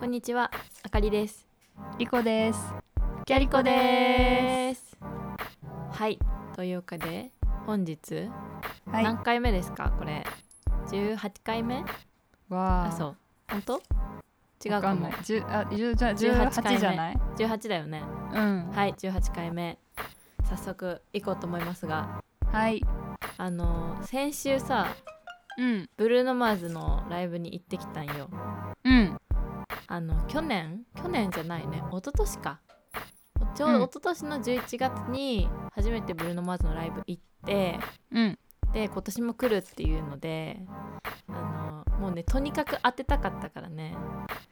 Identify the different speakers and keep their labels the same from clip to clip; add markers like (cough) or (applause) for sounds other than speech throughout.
Speaker 1: こんにちは、あかりです。
Speaker 2: リコです。
Speaker 1: キャリコです。はい、というかで、本日、
Speaker 2: はい。
Speaker 1: 何回目ですか、これ。十八回目。
Speaker 2: わ
Speaker 1: あ、そう。本当。違う
Speaker 2: わ
Speaker 1: か
Speaker 2: かん
Speaker 1: も
Speaker 2: ない。。十あ十じゃ十
Speaker 1: 18回目
Speaker 2: 八じゃない？
Speaker 1: 十八だよね。
Speaker 2: うん。
Speaker 1: はい、十八回目。早速行こうと思いますが、
Speaker 2: はい。
Speaker 1: あのー先週さ、
Speaker 2: うん
Speaker 1: ブルーノマーズのライブに行ってきたんよ。
Speaker 2: うん
Speaker 1: あの去年去年じゃないね一昨年かちょう
Speaker 2: うん
Speaker 1: ど一昨年の11月に初めてブルーノ・マーズのライブ行って
Speaker 2: うん
Speaker 1: で今年も来るっていうのであのもうねとにかく当てたかったからね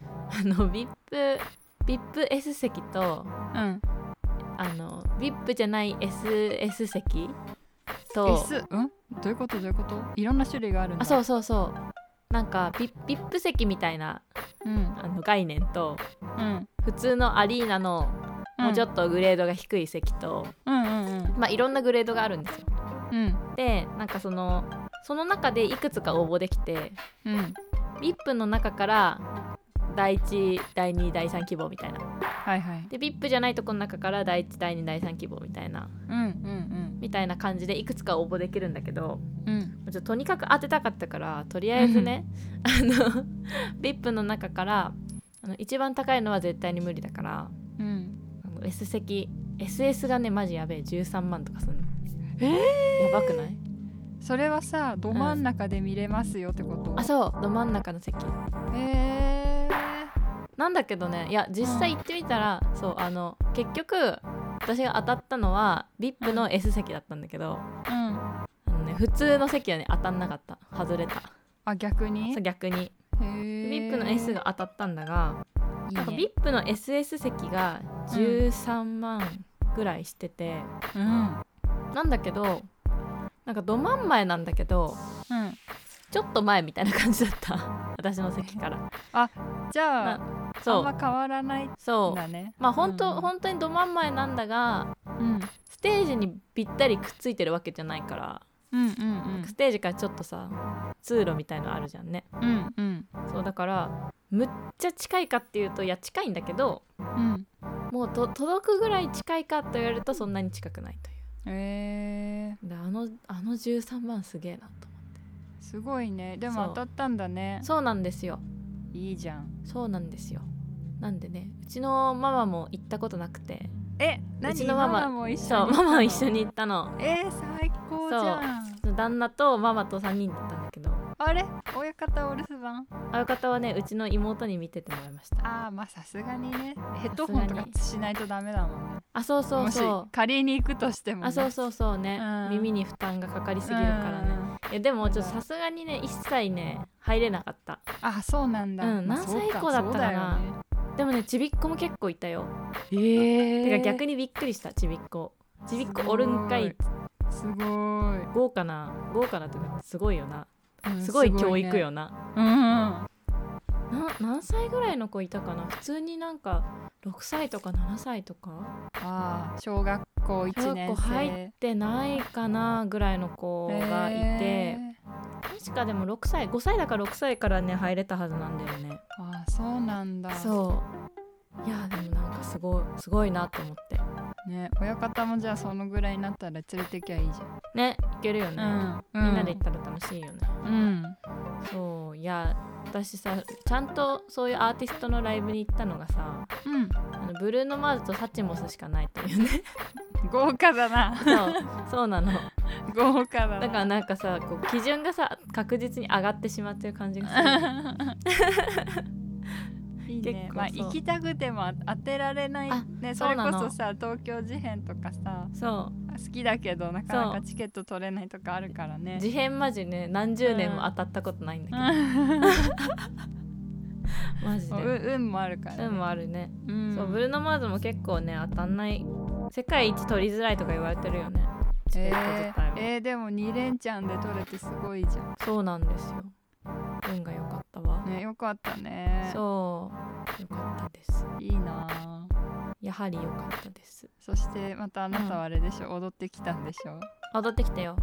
Speaker 1: あの VIPVIPS 席と
Speaker 2: うん。
Speaker 1: あの VIP じゃない SS 席と
Speaker 2: S うん？どういうことどういうこと？いろんな種類があるんだ。
Speaker 1: あそう
Speaker 2: う。
Speaker 1: そうそうなんか VIP 席みたいな
Speaker 2: うん
Speaker 1: あの概念と
Speaker 2: うん。
Speaker 1: 普通のアリーナのもうちょっとグレードが低い席と、
Speaker 2: うんうんうん
Speaker 1: まあいろんなグレードがあるんですよ。
Speaker 2: うん
Speaker 1: でなんかそのその中でいくつか応募できて
Speaker 2: うん。
Speaker 1: VIP の中から第1第2第3希望みたいな
Speaker 2: はいはい。
Speaker 1: で VIP じゃないとこの中から第1第2第3希望みたいな
Speaker 2: うんうん
Speaker 1: みたいな感じでいくつか応募できるんだけど
Speaker 2: うんうん
Speaker 1: ちょっととにかく当てたかったからとりあえずね (laughs) あの VIP の中からあの一番高いのは絶対に無理だから
Speaker 2: うん。
Speaker 1: あの S 席 SS がねマジやべえ13万とかすんの
Speaker 2: え
Speaker 1: やばくない
Speaker 2: それはさど真ん中で見れますよってこと？
Speaker 1: あそうど真ん中の席
Speaker 2: へー
Speaker 1: なんだけどねいや実際行ってみたら、そうあの結局私が当たったのは VIP
Speaker 2: う
Speaker 1: の
Speaker 2: ん
Speaker 1: S 席だったんだけど、
Speaker 2: うん。
Speaker 1: あのね、普通の席はね当たんなかった外れた
Speaker 2: あ逆に
Speaker 1: そう？逆に
Speaker 2: へー
Speaker 1: VIP の S が当たったんだが、
Speaker 2: いい
Speaker 1: なんか
Speaker 2: ね。
Speaker 1: VIP の SS 席が13万ぐらいしてて、
Speaker 2: うん
Speaker 1: なんだけどなんかど真ん前なんだけど
Speaker 2: うん。
Speaker 1: ちょっと前みたいな感じだった私の席から
Speaker 2: じゃああ
Speaker 1: そ
Speaker 2: ん
Speaker 1: う
Speaker 2: ま変わらないん
Speaker 1: そう
Speaker 2: だね。
Speaker 1: まあ本当、
Speaker 2: うん
Speaker 1: 本当にど真ん前なんだが
Speaker 2: うん
Speaker 1: ステージにぴったりくっついてるわけじゃないから、
Speaker 2: うんうん
Speaker 1: ステージからちょっとさ通路みたいのあるじゃんね
Speaker 2: うんうんうん
Speaker 1: そうだからむっちゃ近いかっていうといや近いんだけど
Speaker 2: うん
Speaker 1: もうと届くぐらい近いかと言われるとそんなに近くないとい
Speaker 2: え
Speaker 1: うであのあの13万すげえなと思って
Speaker 2: ー、すごいねで
Speaker 1: そう
Speaker 2: も当たったんだね
Speaker 1: そうなんですよ
Speaker 2: いいじゃん
Speaker 1: そうなんですよなんでねうちのママも行ったことなくて
Speaker 2: え
Speaker 1: う
Speaker 2: 何
Speaker 1: ちのママ
Speaker 2: も一緒に
Speaker 1: そうママも一 (laughs) 緒に行ったの
Speaker 2: えー、最高じゃん
Speaker 1: 旦那とママと3人だったんだけど
Speaker 2: あれ親方お留守番
Speaker 1: あの方はねうちの妹に見ててもらいました
Speaker 2: あーまあさすがにねヘッドホンとかしないとダメだもんね
Speaker 1: あそうそうそう
Speaker 2: もし借りに行くとしても、ね、
Speaker 1: あそうそうそうね、
Speaker 2: うん
Speaker 1: 耳に負担がかかりすぎるからね、
Speaker 2: ね
Speaker 1: いやでもちょっとさすがにね一切ね入れなかった
Speaker 2: あそうなんだ、
Speaker 1: うん
Speaker 2: まあ
Speaker 1: 何歳以降だったかなでもねちびっこも結構いたよ、
Speaker 2: そうだよね、えー、
Speaker 1: てか逆にびっくりしたちびっこちびっこおるんかい
Speaker 2: すごい
Speaker 1: 豪華な豪華なとかすごいよな
Speaker 2: うん
Speaker 1: すごい教
Speaker 2: ね
Speaker 1: 育よな、
Speaker 2: うん
Speaker 1: な何歳ぐらいの子いたかな普通になんか6歳とか7歳とか
Speaker 2: ああ小学校
Speaker 1: 小
Speaker 2: 一
Speaker 1: 学
Speaker 2: 年
Speaker 1: 校
Speaker 2: 生
Speaker 1: 入ってないかなぐらいの子がいて、
Speaker 2: へー
Speaker 1: 確かでも6歳5歳だから6歳からね入れたはずなんだよね
Speaker 2: ああそうなんだ
Speaker 1: そういやでもなんかすごいすごいなと思って
Speaker 2: ね親方もじゃあそのぐらいになったら連れてきゃいいじ
Speaker 1: ねいけるよね、
Speaker 2: ゃん、う
Speaker 1: みんなで行ったら楽しいよね
Speaker 2: うん
Speaker 1: そういや私さちゃんとそういうアーティストのライブに行ったのがさ
Speaker 2: うん
Speaker 1: あのブルーノ・マーズとサチモスしかないというね
Speaker 2: 豪華だな
Speaker 1: (laughs)
Speaker 2: (laughs)
Speaker 1: そうそうなのだ
Speaker 2: 豪華だな
Speaker 1: からなんかさこう基準がさ確実に上がってしまってる感じがする
Speaker 2: (laughs) いい
Speaker 1: 結
Speaker 2: ね
Speaker 1: 構
Speaker 2: まあ
Speaker 1: そう
Speaker 2: 行きたくても当てられない
Speaker 1: あ
Speaker 2: ね
Speaker 1: そ
Speaker 2: そうれ
Speaker 1: なの
Speaker 2: こそさ東京事変とかさ
Speaker 1: そ
Speaker 2: 好きだけどなかな
Speaker 1: そ
Speaker 2: か
Speaker 1: う
Speaker 2: チケット取れないとかあるから
Speaker 1: う
Speaker 2: ね
Speaker 1: 事変マジね何十年も当たったことないんだけ
Speaker 2: う
Speaker 1: ど、
Speaker 2: ん
Speaker 1: マジ
Speaker 2: (laughs) もう
Speaker 1: で
Speaker 2: 運もあるからね
Speaker 1: 運もあるね
Speaker 2: うん
Speaker 1: そうブルーノ・マーズも結構ね当たんない世界一取りづらいとか言われてるよねチケット自体は、
Speaker 2: えーえーでも2連チャンで取れてすごいじゃん
Speaker 1: そうなんですよ運が良かったわ、
Speaker 2: ねよかったね
Speaker 1: そう良かったです
Speaker 2: いいなあ
Speaker 1: やはり良かったです
Speaker 2: そしてまたあなたはあれでしょ、踊ってきたんでしょ
Speaker 1: 踊ってきた (laughs) よ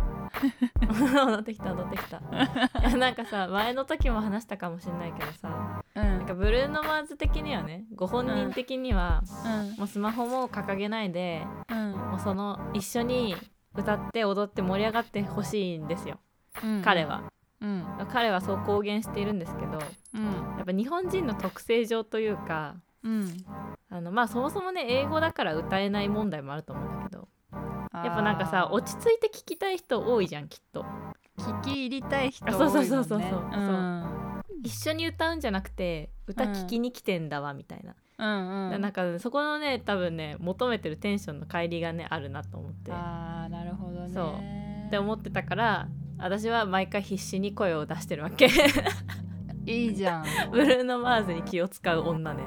Speaker 1: 踊ってきた踊ってきたいやなんかさ前の時も話したかもしれないけどさ
Speaker 2: うん
Speaker 1: なんかブルーノ・マーズ的にはねご本人的には、
Speaker 2: うん
Speaker 1: もうスマホも掲げないで
Speaker 2: うん
Speaker 1: もうその一緒に歌って踊って盛り上がってほしいんですよ、
Speaker 2: うん
Speaker 1: 彼は
Speaker 2: うん
Speaker 1: 彼はそう公言しているんですけど
Speaker 2: うん
Speaker 1: やっぱ日本人の特性上というか
Speaker 2: うん
Speaker 1: あのまあそもそもね英語だから歌えない問題もあると思うんだけどやっぱなんかさ
Speaker 2: お
Speaker 1: 落ち着いて聞きたい人多いじゃんきっと
Speaker 2: 聞き入りたい人多い
Speaker 1: あ
Speaker 2: も
Speaker 1: そ
Speaker 2: ん
Speaker 1: う
Speaker 2: ね
Speaker 1: そうそうそうそう
Speaker 2: うんうん
Speaker 1: 一緒に歌うんじゃなくて歌聞きに来てんだわみたいな、
Speaker 2: うん
Speaker 1: だからなんかそこのね多分ね求めてるテンションの乖離がねあるなと思って
Speaker 2: あーなるほどね
Speaker 1: そうって思ってたから私は毎回必死に声を出してるわけ (laughs)
Speaker 2: いいじゃん
Speaker 1: ブルーノ・マーズに気を使う女ね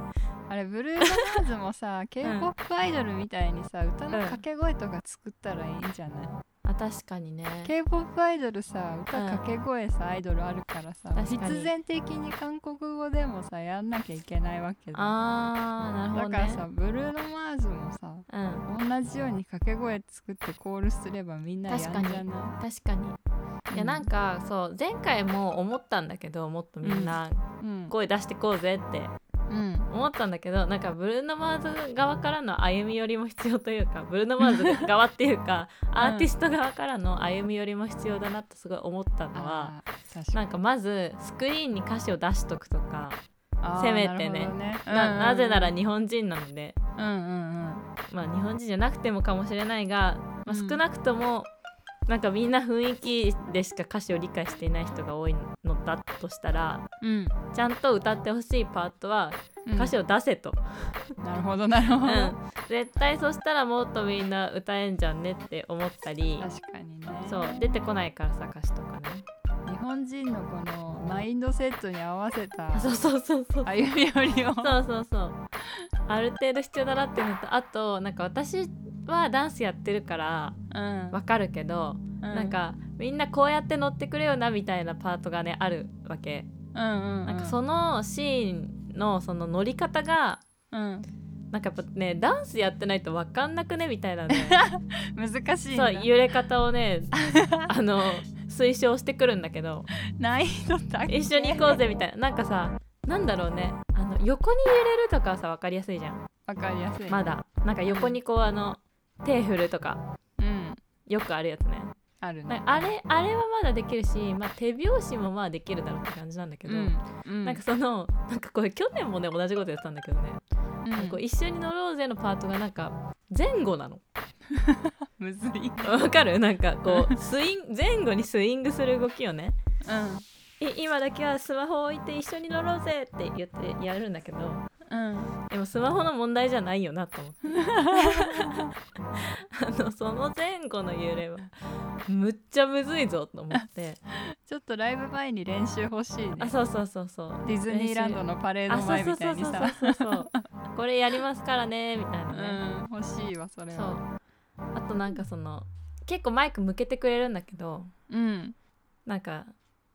Speaker 2: あれブルーノ・マーズ
Speaker 1: (laughs)
Speaker 2: もさ k p o p アイドルみたいにさ歌の掛け声とか作ったらいいんじゃない、
Speaker 1: あ確かにね
Speaker 2: k p o p アイドルさ歌
Speaker 1: うん
Speaker 2: 掛け声さ、アイドルあるからさ
Speaker 1: 確かに
Speaker 2: 必然的に韓国語でもさやんなきゃいけないわけだ
Speaker 1: あーなるほど
Speaker 2: だ
Speaker 1: ね
Speaker 2: からさブルーノ・マーズもさ
Speaker 1: うん
Speaker 2: 同じように掛け声作ってコールすればみんなやんじゃない
Speaker 1: 確確かにいやなんかそう前回も思ったんだけどもっとみんな
Speaker 2: うん
Speaker 1: 声出してこうぜって
Speaker 2: うん
Speaker 1: 思ったんだけどなんかブルーノ・マーズ側からの歩み寄りも必要というかブルーノ・マーズ側っていう
Speaker 2: (laughs)
Speaker 1: か、アーティスト側からの歩み寄りも必要だなとすごい思ったのは
Speaker 2: あー確か
Speaker 1: な
Speaker 2: に
Speaker 1: んかまずスクリーンに歌詞を出しとくとか、
Speaker 2: あー
Speaker 1: せめてね
Speaker 2: るほど
Speaker 1: ななぜなら
Speaker 2: うん
Speaker 1: 日本人なので、
Speaker 2: うんうん
Speaker 1: まあ、日本人じゃなくてもかもしれないが、まあ、
Speaker 2: うん
Speaker 1: 少なくとも、なんかみんな雰囲気でしか歌詞を理解していない人が多いのだとしたら
Speaker 2: うん
Speaker 1: ちゃんと歌ってほしいパートは
Speaker 2: うん
Speaker 1: 歌詞を出せと、
Speaker 2: なるほどなるほど、
Speaker 1: うん、絶対そしたらもっとみんな歌えんじゃんねって思ったり
Speaker 2: 確かにね
Speaker 1: そう出てこないからさ歌詞とかね
Speaker 2: 日本人のこのマインドセットに合わせた
Speaker 1: そうそうそうそう
Speaker 2: 歩み寄りを
Speaker 1: そうそうそうある程度必要だなっていうのとあとなんか私はダンスやってるから
Speaker 2: うん
Speaker 1: わかるけど、なんかみんなこうやって乗ってくれよなみたいなパートがねあるわけ、
Speaker 2: うんうんうん
Speaker 1: なんかそのシーンのその乗り方が
Speaker 2: うん
Speaker 1: なんかやっぱねダンスやってないとわかんなくねみたいな
Speaker 2: (laughs)
Speaker 1: ね
Speaker 2: 難しいん
Speaker 1: そ
Speaker 2: だ
Speaker 1: う揺れ方を
Speaker 2: (laughs)
Speaker 1: ねあの推奨してくるんだけど
Speaker 2: 難易度高い
Speaker 1: 一緒に行こうぜみたいななんかさなんだろうねあの横に揺れるとかはさ分かりやすいじゃん
Speaker 2: わかりやすい
Speaker 1: まだなんか横にこうあの手振るとか
Speaker 2: うん
Speaker 1: よくあるやつね
Speaker 2: ある
Speaker 1: なん
Speaker 2: ね
Speaker 1: かあれあれはまだできるし、まあ、手拍子もまあできるだろうって感じなんだけど、
Speaker 2: うん
Speaker 1: なんかそのなんかこれ去年もね同じことやってたんだけどね、
Speaker 2: うん
Speaker 1: なんかこう一緒に乗ろうぜのパートがなんか前後なの
Speaker 2: むずい
Speaker 1: わかるなんかこうスイン前後にスイングする動きをねい今だけはスマホを置いて一緒に乗ろうぜって言ってやるんだけど
Speaker 2: うんうん
Speaker 1: でもスマホの問題じゃないよなと
Speaker 2: (laughs)
Speaker 1: 思ってあのその前後の揺れはむっちゃむずいぞと思って
Speaker 2: ちょっとライブ前に練習欲しいね
Speaker 1: あそうそうそうそう
Speaker 2: ディズニーランドのパレー
Speaker 1: あ
Speaker 2: ド
Speaker 1: そう
Speaker 2: 前
Speaker 1: そ
Speaker 2: み
Speaker 1: うそ
Speaker 2: た
Speaker 1: う
Speaker 2: いに
Speaker 1: そう
Speaker 2: さ
Speaker 1: そうそうこれやりますからねみたいな
Speaker 2: う
Speaker 1: ね、
Speaker 2: ん欲しいわそれ
Speaker 1: そう
Speaker 2: は
Speaker 1: あとなんかその結構マイク向けてくれるんだけど
Speaker 2: うん
Speaker 1: なんか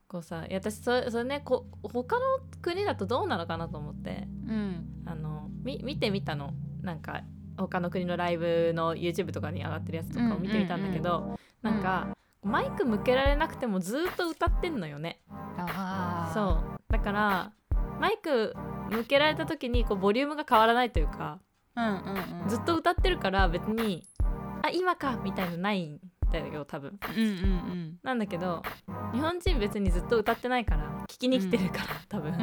Speaker 1: こうさいや私それそれねこ他の国だとどうなのかなと思って
Speaker 2: うん
Speaker 1: あのみ見てみたのなんか他の国のライブの YouTube とかに上がってるやつとかを見てみたんだけど、なんか、マイク向けられなくてもずっと歌ってんのよね
Speaker 2: ああ
Speaker 1: そうだからマイク向けられた時にこうボリュームが変わらないというか
Speaker 2: うんうんうん
Speaker 1: ずっと歌ってるから別に「あ今か」みたいなのないんだよ多分
Speaker 2: うんうん
Speaker 1: なんだけど日本人別にずっと歌ってないから聞きに来てるから、多分、
Speaker 2: うん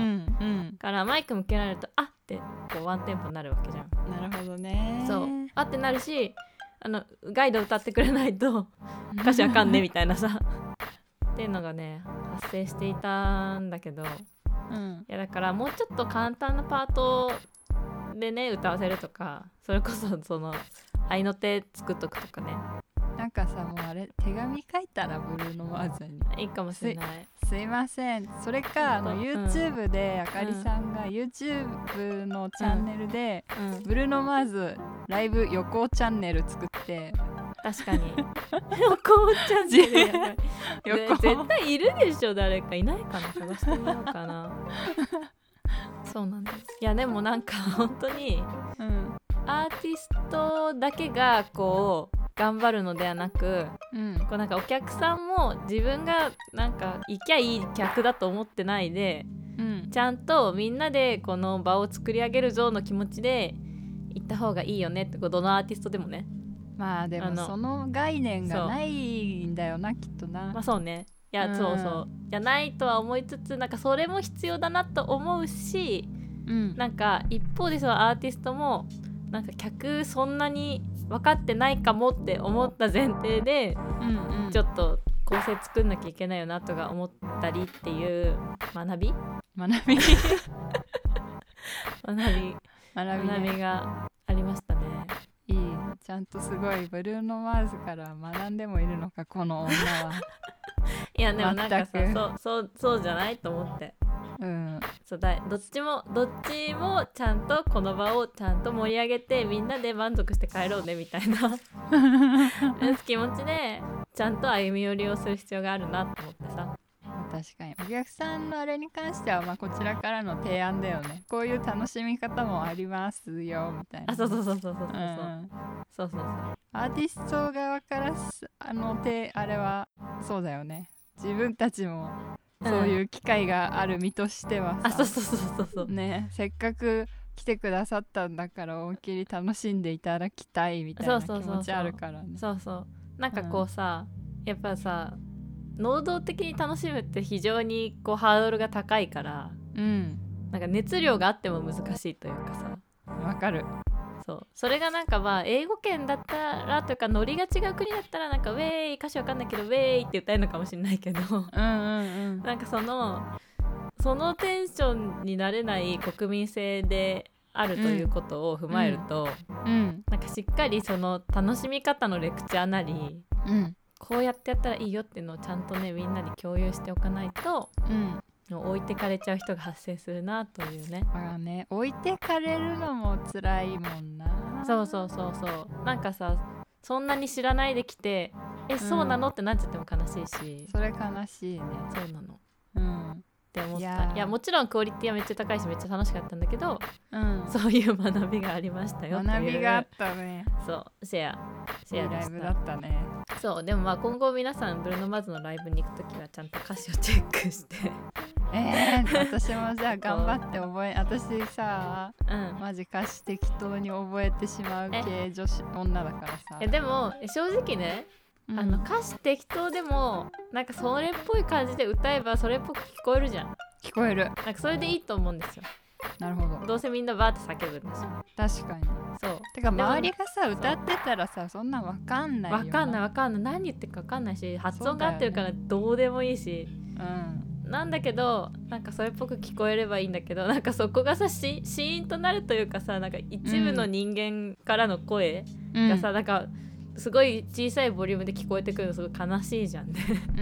Speaker 2: うん
Speaker 1: からマイク向けられると「あっ!」てこうワンテンポになるわけじゃん。
Speaker 2: うんなるほどね
Speaker 1: そうあってなるしあのガイド歌ってくれないと歌詞あかんねみたいなさっていうのがね発生していたんだけどい
Speaker 2: うん
Speaker 1: やだからもうちょっと簡単なパートでね歌わせるとかそれこそその合いの手作っとくとかね
Speaker 2: なんかさもうあれ手紙書いたらブルーノ・マーズに
Speaker 1: いいかもしれない。
Speaker 2: 「すいません」それかあの
Speaker 1: うん
Speaker 2: YouTube であかりさんが YouTube のチャンネルで
Speaker 1: うん
Speaker 2: ブルーノ・マーズライブ予行チャンネル作って
Speaker 1: 確かに (laughs) 横尾ちゃんってねやっぱりね
Speaker 2: 予行
Speaker 1: 絶対いるでしょ誰かいないかな探してみようか (laughs) なそうなんですいやでもなんか本当に
Speaker 2: うん
Speaker 1: アーティストだけがこう頑張るのではなく
Speaker 2: うん
Speaker 1: こうなんかお客さんも自分がなんか行きゃいい客だと思ってないで
Speaker 2: うん
Speaker 1: ちゃんとみんなでこの場を作り上げるぞの気持ちで行った方がいいよねってこうどのアーティストでもね
Speaker 2: まあで
Speaker 1: あ
Speaker 2: も
Speaker 1: の
Speaker 2: その概念がないんだよなきっとな
Speaker 1: まあそうねいや、
Speaker 2: うん
Speaker 1: そうそうじゃないとは思いつつなんかそれも必要だなと思うし
Speaker 2: うん
Speaker 1: なんか一方でそのアーティストもなんか客そんなに分かってないかもって思った前提で
Speaker 2: うんうん
Speaker 1: ちょっと構成作んなきゃいけないよなとか思ったりっていう学び
Speaker 2: 学
Speaker 1: (laughs)
Speaker 2: び
Speaker 1: 学び
Speaker 2: 学び,、
Speaker 1: 学びがありましたね。
Speaker 2: いいちゃんとすごいブルーノ・マーズから学んでもいるのかこの女は
Speaker 1: いやでもなんかさ
Speaker 2: 全く
Speaker 1: そうそうそうじゃないと思って
Speaker 2: うん
Speaker 1: そうだいどっちもどっちもちゃんとこの場をちゃんと盛り上げてみんなで満足して帰ろうねみたいなうん気持ちでちゃんと歩み寄りをする必要があるなと思ってさ
Speaker 2: 確かにお客さんのあれに関しては、まあ、こちらからの提案だよねこういう楽しみ方もありますよみたいな
Speaker 1: あそうそうそうそうそうそう
Speaker 2: うんうん
Speaker 1: そうそうそう、
Speaker 2: アーティスト側からすあのてあれはそうだよね自分たちもそういうう機会がある身としてはさ、
Speaker 1: あそうそうそうそうそう
Speaker 2: ねせっかく来てくださったんだから思いっきり楽しんでいただきたいみたいな気
Speaker 1: そうそうそうそう
Speaker 2: 持ちあるからね
Speaker 1: そうそうなんかこうさ、やっぱさ能動的に楽しむって非常にこうハードルが高いから
Speaker 2: うん
Speaker 1: なんか熱量があっても難しいというかさ
Speaker 2: わかる
Speaker 1: そうそれがなんかまあ英語圏だったらというかノリが違う国だったらなんか「ウェーイ」歌詞わかんないけど「ウェーイ」って歌えるのかもしれないけど (laughs)
Speaker 2: うんうん
Speaker 1: なんかそのそのテンションになれない国民性であるということを踏まえると、
Speaker 2: うんうん
Speaker 1: なんかしっかりその楽しみ方のレクチャーなり
Speaker 2: うん
Speaker 1: こうやってやったらいいよっていうのをちゃんとねみんなで共有しておかないと
Speaker 2: うん
Speaker 1: 置いてかれちゃう人が発生するなというね。
Speaker 2: まあね置いてかれるのも辛いもんな
Speaker 1: そうそうそうそうなんかさそんなに知らないで来て「えそうなの?」ってなっちゃっても悲しいし、
Speaker 2: それ悲しいね
Speaker 1: そうなのっ
Speaker 2: うん
Speaker 1: て思ったい
Speaker 2: いや
Speaker 1: や
Speaker 2: ー
Speaker 1: もちろんクオリティはめっちゃ高いしめっちゃ楽しかったんだけど
Speaker 2: うん
Speaker 1: そういう学びがありましたよっていう
Speaker 2: 学びがあったね
Speaker 1: そうシェアシ
Speaker 2: いい
Speaker 1: ェア
Speaker 2: ラ
Speaker 1: で
Speaker 2: イブ
Speaker 1: し
Speaker 2: だったね
Speaker 1: たそうでもまあ今後皆さんブルーノ・マーズのライブに行く時はちゃんと歌詞をチェックして
Speaker 2: (laughs) え
Speaker 1: (laughs)
Speaker 2: ー、私もじゃあ頑張って覚え私さ
Speaker 1: うん
Speaker 2: マジ歌詞適当に覚えてしまう系女子女だからさ
Speaker 1: いやでも正直ね、
Speaker 2: うん
Speaker 1: あの歌詞適当でもなんかそれっぽい感じで歌えばそれっぽく聞こえるじゃん
Speaker 2: 聞こえる
Speaker 1: なんかそれでいいと思うんですよ
Speaker 2: なるほど
Speaker 1: どうせみんなバーって叫ぶんですよ
Speaker 2: 確かに
Speaker 1: そう
Speaker 2: てか
Speaker 1: でも
Speaker 2: 周りがさ歌ってたらさそんなんわかんないよ
Speaker 1: わかんないわかんない何言ってるかわかんないし発音が合ってるからどうでもいいし、
Speaker 2: うん
Speaker 1: なんだけどなんかそれっぽく聞こえればいいんだけどなんかそこがさしシーンとなるというかさなんか一部の人間からの声
Speaker 2: うん
Speaker 1: がさ、なんかすごい小さいボリュームで聞こえてくるのすごい悲しいじゃんね (laughs)
Speaker 2: うん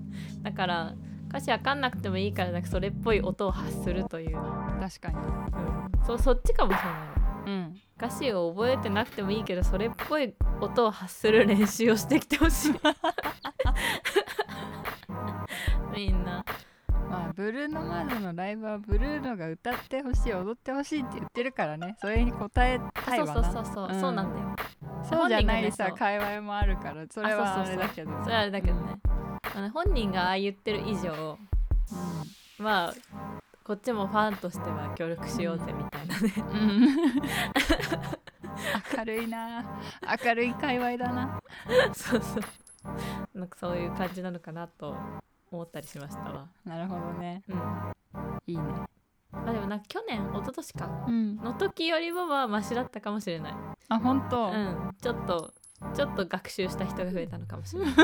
Speaker 2: うん
Speaker 1: だから歌詞わかんなくてもいいからなんかそれっぽい音を発するという、
Speaker 2: うん確かに
Speaker 1: うん、そそっちかもしれない
Speaker 2: うん
Speaker 1: 歌詞を覚えてなくてもいいけどそれっぽい音を発する練習をしてきてほしい (laughs) みんな
Speaker 2: まあ、ブルーノ・マーズのライブはブルーノが歌ってほしい踊ってほしいって言ってるからねそれに応え
Speaker 1: あ
Speaker 2: たい
Speaker 1: そう
Speaker 2: わ
Speaker 1: そ
Speaker 2: な
Speaker 1: うそうそう、
Speaker 2: うん
Speaker 1: そうなんだよ
Speaker 2: そうじゃないさ、
Speaker 1: 本人がね
Speaker 2: 界隈もあるからそれは
Speaker 1: あ
Speaker 2: あ
Speaker 1: そう
Speaker 2: れ
Speaker 1: そうそう
Speaker 2: だけど
Speaker 1: そうそれはあれだけどね、あの本人がああ言ってる以上まあこっちもファンとしては協力しようぜみたいな
Speaker 2: (laughs)
Speaker 1: ね、
Speaker 2: うん、うん明るいな明るい界隈だな
Speaker 1: そうそうなんかそういう感じなのかなと思ったりしましたわ
Speaker 2: なるほどね
Speaker 1: うんま
Speaker 2: いいね
Speaker 1: あでもなんか去年一昨年か
Speaker 2: うん
Speaker 1: の時よりもまあマシだったかもしれない
Speaker 2: あ本当、
Speaker 1: うん、ちょっとちょっと学習した人が増えたのかもしれない。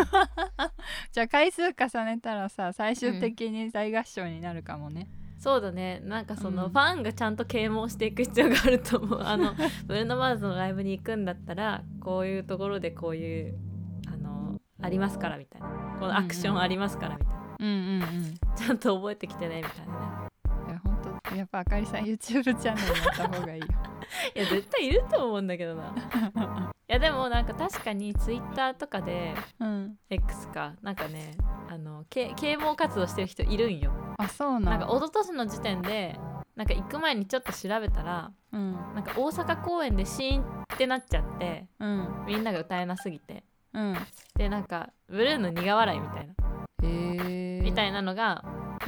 Speaker 2: じゃあ回数重ねたらさ最終的に大合唱になるかもね、
Speaker 1: (laughs) そうだねなんかその、
Speaker 2: うん
Speaker 1: ファンがちゃんと啓蒙していく必要があると思うあのブルーノ・マーズのライブに行くんだったらこういうところでこういうあのありますからみたいなこのアクショ
Speaker 2: うんう
Speaker 1: ン
Speaker 2: ん
Speaker 1: ありますからみたいな、
Speaker 2: うん、うんうん
Speaker 1: ちゃんと覚えてきてねみたいなね
Speaker 2: いや本当やっぱあかりさん YouTube チャンネルやった方がいいよ
Speaker 1: いや絶対いると思うんだけどないやでもなんか確かに Twitter とかで
Speaker 2: うん、
Speaker 1: X かなんかねあのけ啓蒙活動してる人いるんよ
Speaker 2: あそうなんだ
Speaker 1: なんか一昨年の時点でなんか行く前にちょっと調べたら
Speaker 2: うん
Speaker 1: なんか大阪公演でシーンってなっちゃって
Speaker 2: うん
Speaker 1: みんなが歌えなすぎて
Speaker 2: うん
Speaker 1: でなんかブルーの苦笑いみたいな、
Speaker 2: へえ
Speaker 1: みたいなのが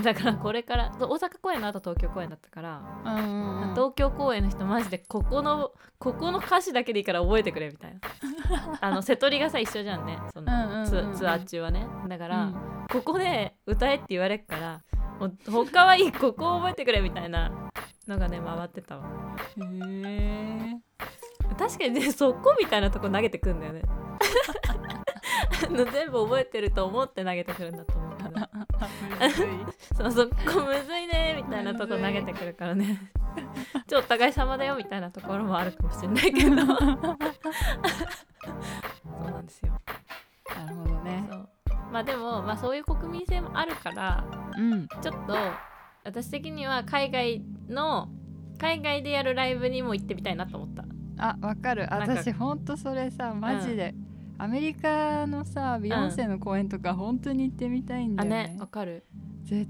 Speaker 1: だからこれからそう大阪公演の後東京公演だったから、
Speaker 2: うんうんうん
Speaker 1: 東京公演の人マジでここのここの歌詞だけでいいから覚えてくれみたい
Speaker 2: (laughs)
Speaker 1: なあの瀬戸りがさ一緒じゃんねそ
Speaker 2: うんうん
Speaker 1: の
Speaker 2: うん
Speaker 1: ツ
Speaker 2: うん
Speaker 1: ツアー中はねだか、
Speaker 2: から
Speaker 1: ここで歌えって言われっからもう他はいいここを覚えてくれみたいなのがね回ってたわ
Speaker 2: へえ
Speaker 1: 確かにねそこみたいなとこ投げてくんだよねあの全部覚えてると思って投げてくるんだと思うけどそうそこむずいねみたいなとこ投げてくるからねちょっとお互い様だよみたいなところもあるかもしれないけどそうなんですよ
Speaker 2: なるほどね
Speaker 1: そうまあでも、まあ、そういう国民性もあるから
Speaker 2: うん
Speaker 1: ちょっと私的には海外の海外でやるライブにも行ってみたいなと思った
Speaker 2: あわかる
Speaker 1: んか
Speaker 2: 私ほんとそれさマジで、アメリカのさビヨンセの公演とか本当に行ってみたいんだ
Speaker 1: あ
Speaker 2: よね,、
Speaker 1: ねわかる
Speaker 2: 絶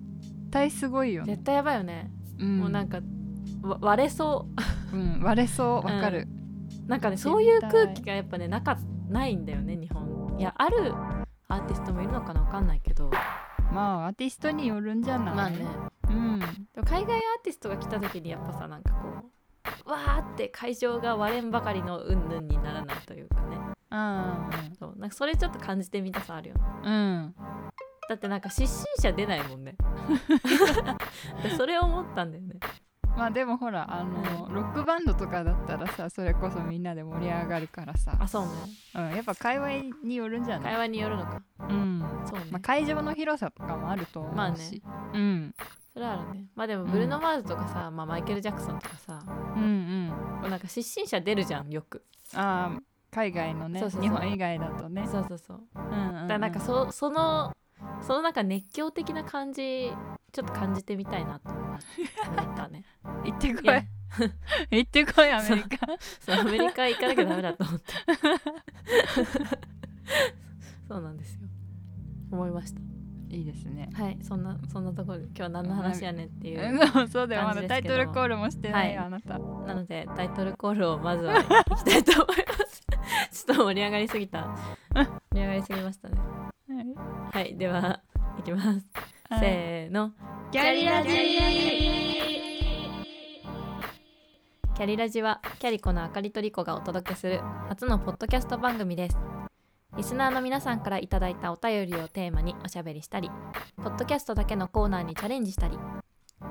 Speaker 2: 対すごいよね、
Speaker 1: 絶対やばいよね、
Speaker 2: うん、
Speaker 1: もうなんかわ割れそう
Speaker 2: うん、割れそうわかる、
Speaker 1: なんかねそう (laughs) いう空気がやっぱねなかないんだよね日本いやあるアーティストもいるのかなわかんないけど
Speaker 2: まあアーティストによるんじゃない
Speaker 1: まあね
Speaker 2: うん
Speaker 1: でも海外アーティストが来た時にやっぱさなんかこうわーって会場が割れんばかりのうんぬんにならないというかね
Speaker 2: あ
Speaker 1: そうなんかそれちょっと感じてみたさあるよね
Speaker 2: ーうん
Speaker 1: だってなんか失神者出ないもん (laughs) ねでそれを思ったんだよね
Speaker 2: まあでもほらあのロックバンドとかだったらさそれこそみんなで盛り上がるからさ、
Speaker 1: あそうね
Speaker 2: うん、やっぱ界隈によるんじゃない
Speaker 1: 会話によるのか
Speaker 2: うん
Speaker 1: そうね、
Speaker 2: まあ、会場の広さとかもあると思うし、
Speaker 1: まあね
Speaker 2: うん、
Speaker 1: それはあるねまあでもブルーノ・マーズとかさ、まあ、マイケル・ジャクソンとかさ
Speaker 2: うんうん
Speaker 1: もうなんか失神者出るじゃんよく
Speaker 2: あー海外のね
Speaker 1: そうそうそう
Speaker 2: 日本以外だとね
Speaker 1: そうそうそう
Speaker 2: うん
Speaker 1: だか
Speaker 2: うんう
Speaker 1: ら
Speaker 2: ん
Speaker 1: なんかそ,、そのそのなんか熱狂的な感じちょっと感じてみたいなと思ったね
Speaker 2: 行ってこ
Speaker 1: いや
Speaker 2: い (laughs) 行ってこいアメリカ
Speaker 1: (laughs) そうアメリカ行かなきゃダメだと思って (laughs) そうなんですよ思いました
Speaker 2: いいですね
Speaker 1: はいそんなそんなところで今日は何の話やねんっていう
Speaker 2: そうだよまだタイトルコールもしてないよ、あなた
Speaker 1: なのでタイトルコールをまずは行きたいと思いますちょっと盛り上がりすぎた盛り上がりすぎましたねはいでは行きます、
Speaker 2: はい
Speaker 1: せーの
Speaker 2: キャリラジ
Speaker 1: キャリラジはキャリコのあかりとりこがお届けする初のポッドキャスト番組ですリスナーの皆さんからいただいたお便りをテーマにおしゃべりしたりポッドキャストだけのコーナーにチャレンジしたり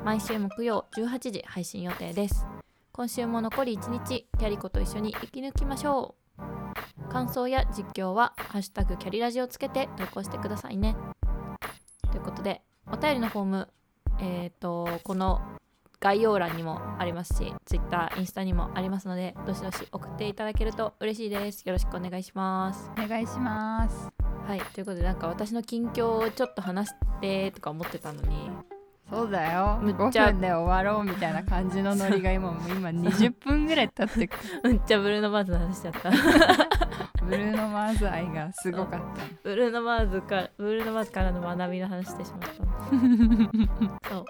Speaker 1: 毎週木曜18時配信予定です今週も残り1日キャリコと一緒に息抜きましょう感想や実況は「ハッシュタグキャリラジ」をつけて投稿してくださいねということでお便りのフォームえっ、とこの概要欄にもありますし Twitter インスタにもありますのでどしどし送っていただけると嬉しいですよろしくお願いします
Speaker 2: お願いします
Speaker 1: はいということでなんか私の近況をちょっと話してとか思ってたのに (laughs)
Speaker 2: そうだよ
Speaker 1: むっ
Speaker 2: 5
Speaker 1: ちゃ
Speaker 2: 分で終わろうみたいな感じのノリが今もう今20分ぐらい経ってく
Speaker 1: うんじゃあブルーノ・マーズの話しちゃった (laughs)
Speaker 2: ブルーノ・マーズ愛がすごかった
Speaker 1: ブルーノ・マーズからブルーノ・マーズからの学びの話してしまったそう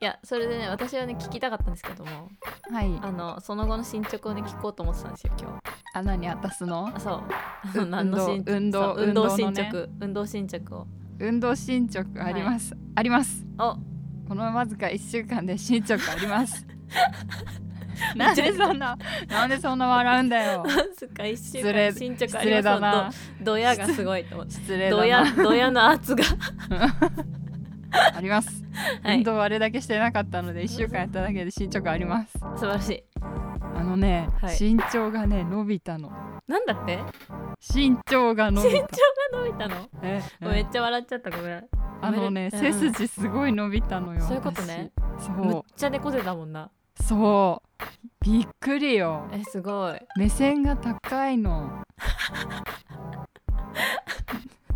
Speaker 1: いやそれでね私はね聞きたかったんですけども
Speaker 2: はい
Speaker 1: あのその後の進捗をね聞こうと思ってたんですよ今日
Speaker 2: あ何あたすの
Speaker 1: あそうあの
Speaker 2: 運
Speaker 1: 何の進
Speaker 2: 運動
Speaker 1: そう運動進
Speaker 2: 運動
Speaker 1: 捗運動進捗を
Speaker 2: 運動進捗あります、あります
Speaker 1: お (laughs)
Speaker 2: このわずか1週間で進捗ありますなんでそんななんでそんな笑うんだよ
Speaker 1: わずか1週
Speaker 2: 失礼
Speaker 1: 間進捗あ
Speaker 2: 失
Speaker 1: りま
Speaker 2: 礼だ
Speaker 1: すの
Speaker 2: な
Speaker 1: どドヤがすごいと思って
Speaker 2: 失礼
Speaker 1: ドヤ
Speaker 2: だ
Speaker 1: (laughs)
Speaker 2: な
Speaker 1: ドヤの圧が
Speaker 2: あります、
Speaker 1: はい
Speaker 2: 運動あれだけしてなかったので1週間やっただけで進捗あります
Speaker 1: 素晴らしい
Speaker 2: あのね、
Speaker 1: はい
Speaker 2: 身長がね伸びたの
Speaker 1: なんだって
Speaker 2: 身長が伸びた
Speaker 1: 伸びたの
Speaker 2: ええ
Speaker 1: めっちゃ笑っちゃったごめん
Speaker 2: あのね
Speaker 1: うん
Speaker 2: 背筋すごい伸びたのよ
Speaker 1: そういうことね
Speaker 2: 私
Speaker 1: むっ
Speaker 2: そ
Speaker 1: ちゃ猫背だもんな
Speaker 2: うそうびっくりよ
Speaker 1: えすごい
Speaker 2: 目線が高いの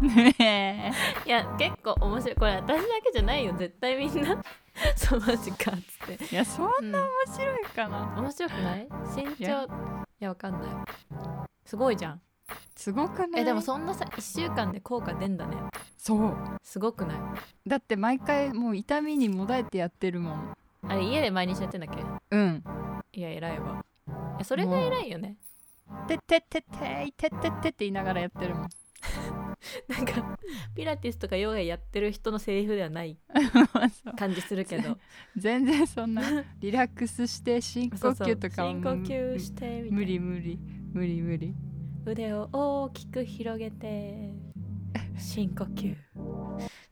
Speaker 2: ねえ
Speaker 1: いや結構面白いこれ私だけじゃないよ絶対みんな (laughs) そうマジかっつって、
Speaker 2: いやそん
Speaker 1: うん、
Speaker 2: 面白いかな
Speaker 1: 面白くない身長いやわかんないすごいじゃん
Speaker 2: すごくない
Speaker 1: えでもそんなさ1週間で効果出んだね
Speaker 2: そう
Speaker 1: すごくない
Speaker 2: だって毎回もう痛みにもだえてやってるもん
Speaker 1: あれ家で毎日やってんだっけ
Speaker 2: うん
Speaker 1: いや偉いわいやそれが偉いよね
Speaker 2: てってってっていてってってって言いながらやってるもん
Speaker 1: (laughs) なんかピラティスとかヨガやってる人のセリフではない
Speaker 2: そう
Speaker 1: 感じするけど
Speaker 2: 全然そんなリラックスして深呼
Speaker 1: (laughs) そうそう
Speaker 2: 吸とかは
Speaker 1: 深呼吸してみたいな
Speaker 2: 無理無理無理無理
Speaker 1: 腕を大きく広げて深呼吸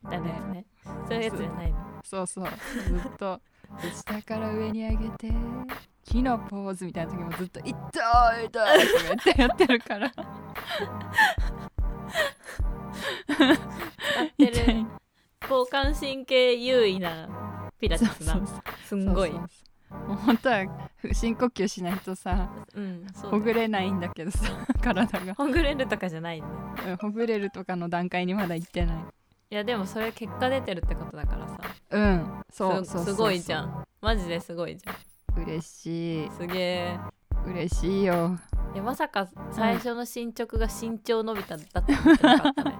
Speaker 1: みたいなやつねそういうやつじゃないの
Speaker 2: そうそうずっと下から上に上げて木のポーズみたいな時もずっと「痛い痛い」とか言ってやってるから
Speaker 1: (laughs) 使っ
Speaker 2: み
Speaker 1: て
Speaker 2: た
Speaker 1: る
Speaker 2: いな
Speaker 1: 交感神経優位なピラテ
Speaker 2: そう
Speaker 1: ィス
Speaker 2: そ
Speaker 1: な
Speaker 2: うそう
Speaker 1: すんごい
Speaker 2: そうそうそうもう本当は深呼吸しないとさ
Speaker 1: うんそうだ
Speaker 2: ほぐれないんだけどさ体が
Speaker 1: ほぐれるとかじゃないんだ
Speaker 2: うんほぐれるとかの段階にまだ行ってない
Speaker 1: いやでもそれ結果出てるってことだからさ
Speaker 2: うんそう
Speaker 1: す
Speaker 2: そうそうそう
Speaker 1: すごいじゃんマジですごいじゃん
Speaker 2: 嬉しい
Speaker 1: すげえ
Speaker 2: 嬉しいよ
Speaker 1: いやまさか最初の進捗が身長伸びただって思ってなかった
Speaker 2: (laughs)
Speaker 1: ね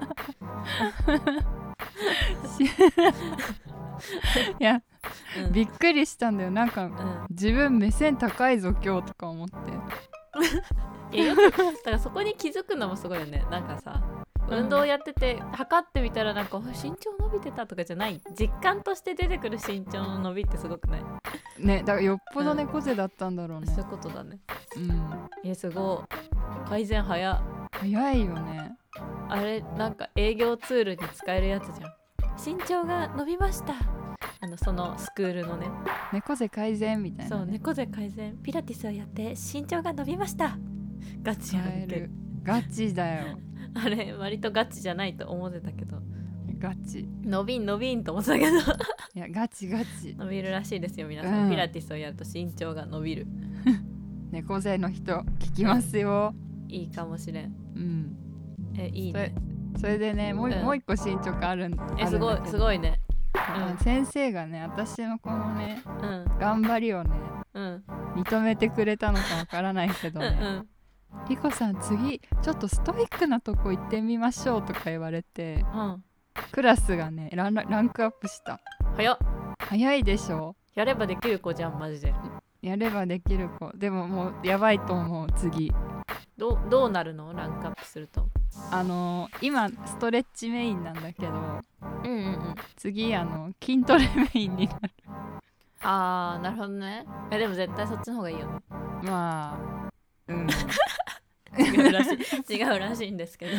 Speaker 2: しいや
Speaker 1: うん
Speaker 2: びっくりしたんだよなんか
Speaker 1: うん
Speaker 2: 自分目線高いぞ今日とか思って
Speaker 1: いやよくだからそこに気づくのもすごいよねなんかさ
Speaker 2: うん
Speaker 1: 運動やってて測ってみたらなんかおい身長伸びてたとかじゃない実感として出てくる身長の伸びってすごくない、
Speaker 2: ねだからよっぽど猫背だったんだろう
Speaker 1: そうい
Speaker 2: ね
Speaker 1: うことだね
Speaker 2: うん
Speaker 1: いやすごい改善早っ
Speaker 2: 早いよね
Speaker 1: あれなんか営業ツールに使えるやつじゃん身長が伸びましたあのそのスクールのね
Speaker 2: 猫背改善みたい
Speaker 1: そ
Speaker 2: な
Speaker 1: う
Speaker 2: ね
Speaker 1: 猫背改善ピラティスをやって身長が伸びましたガチや
Speaker 2: 使え
Speaker 1: るけ
Speaker 2: るガチだよ
Speaker 1: あれ割とガチじゃないと思ってたけど
Speaker 2: ガチ
Speaker 1: 伸びん伸びんと思ってたけど (laughs)
Speaker 2: いやガチガチ
Speaker 1: 伸びるらしいですよ皆さん、
Speaker 2: うん
Speaker 1: ピラティスをやると身長が伸びる
Speaker 2: 猫背の人聞きますよ
Speaker 1: いいかもしれん
Speaker 2: うん
Speaker 1: えいい
Speaker 2: それ
Speaker 1: ね
Speaker 2: それでねもう,、
Speaker 1: うん
Speaker 2: もう一個進捗あるん
Speaker 1: えすごいす
Speaker 2: い、
Speaker 1: ごいね
Speaker 2: あの先生がね私のこのね
Speaker 1: うん
Speaker 2: 頑張りをね
Speaker 1: うん
Speaker 2: 認めてくれたのかわからないけど
Speaker 1: うんう (laughs)
Speaker 2: ね、
Speaker 1: ん
Speaker 2: リコさん次ちょっとストイックなとこ行ってみましょうとか言われて
Speaker 1: うん
Speaker 2: クラスがねランランクアップした
Speaker 1: 早っ
Speaker 2: 早いでしょ
Speaker 1: やればできる子じゃんマジで
Speaker 2: やればできる子でももうやばいと思う次
Speaker 1: どうどうなるのランクアップすると
Speaker 2: あのー今ストレッチメインなんだけど
Speaker 1: うんうんうん
Speaker 2: 次あの筋トレメインになる
Speaker 1: あーなるほどねえでも絶対そっちの方がいいよね
Speaker 2: (laughs) まあうん
Speaker 1: 違うらしい (laughs) 違うらしいんですけど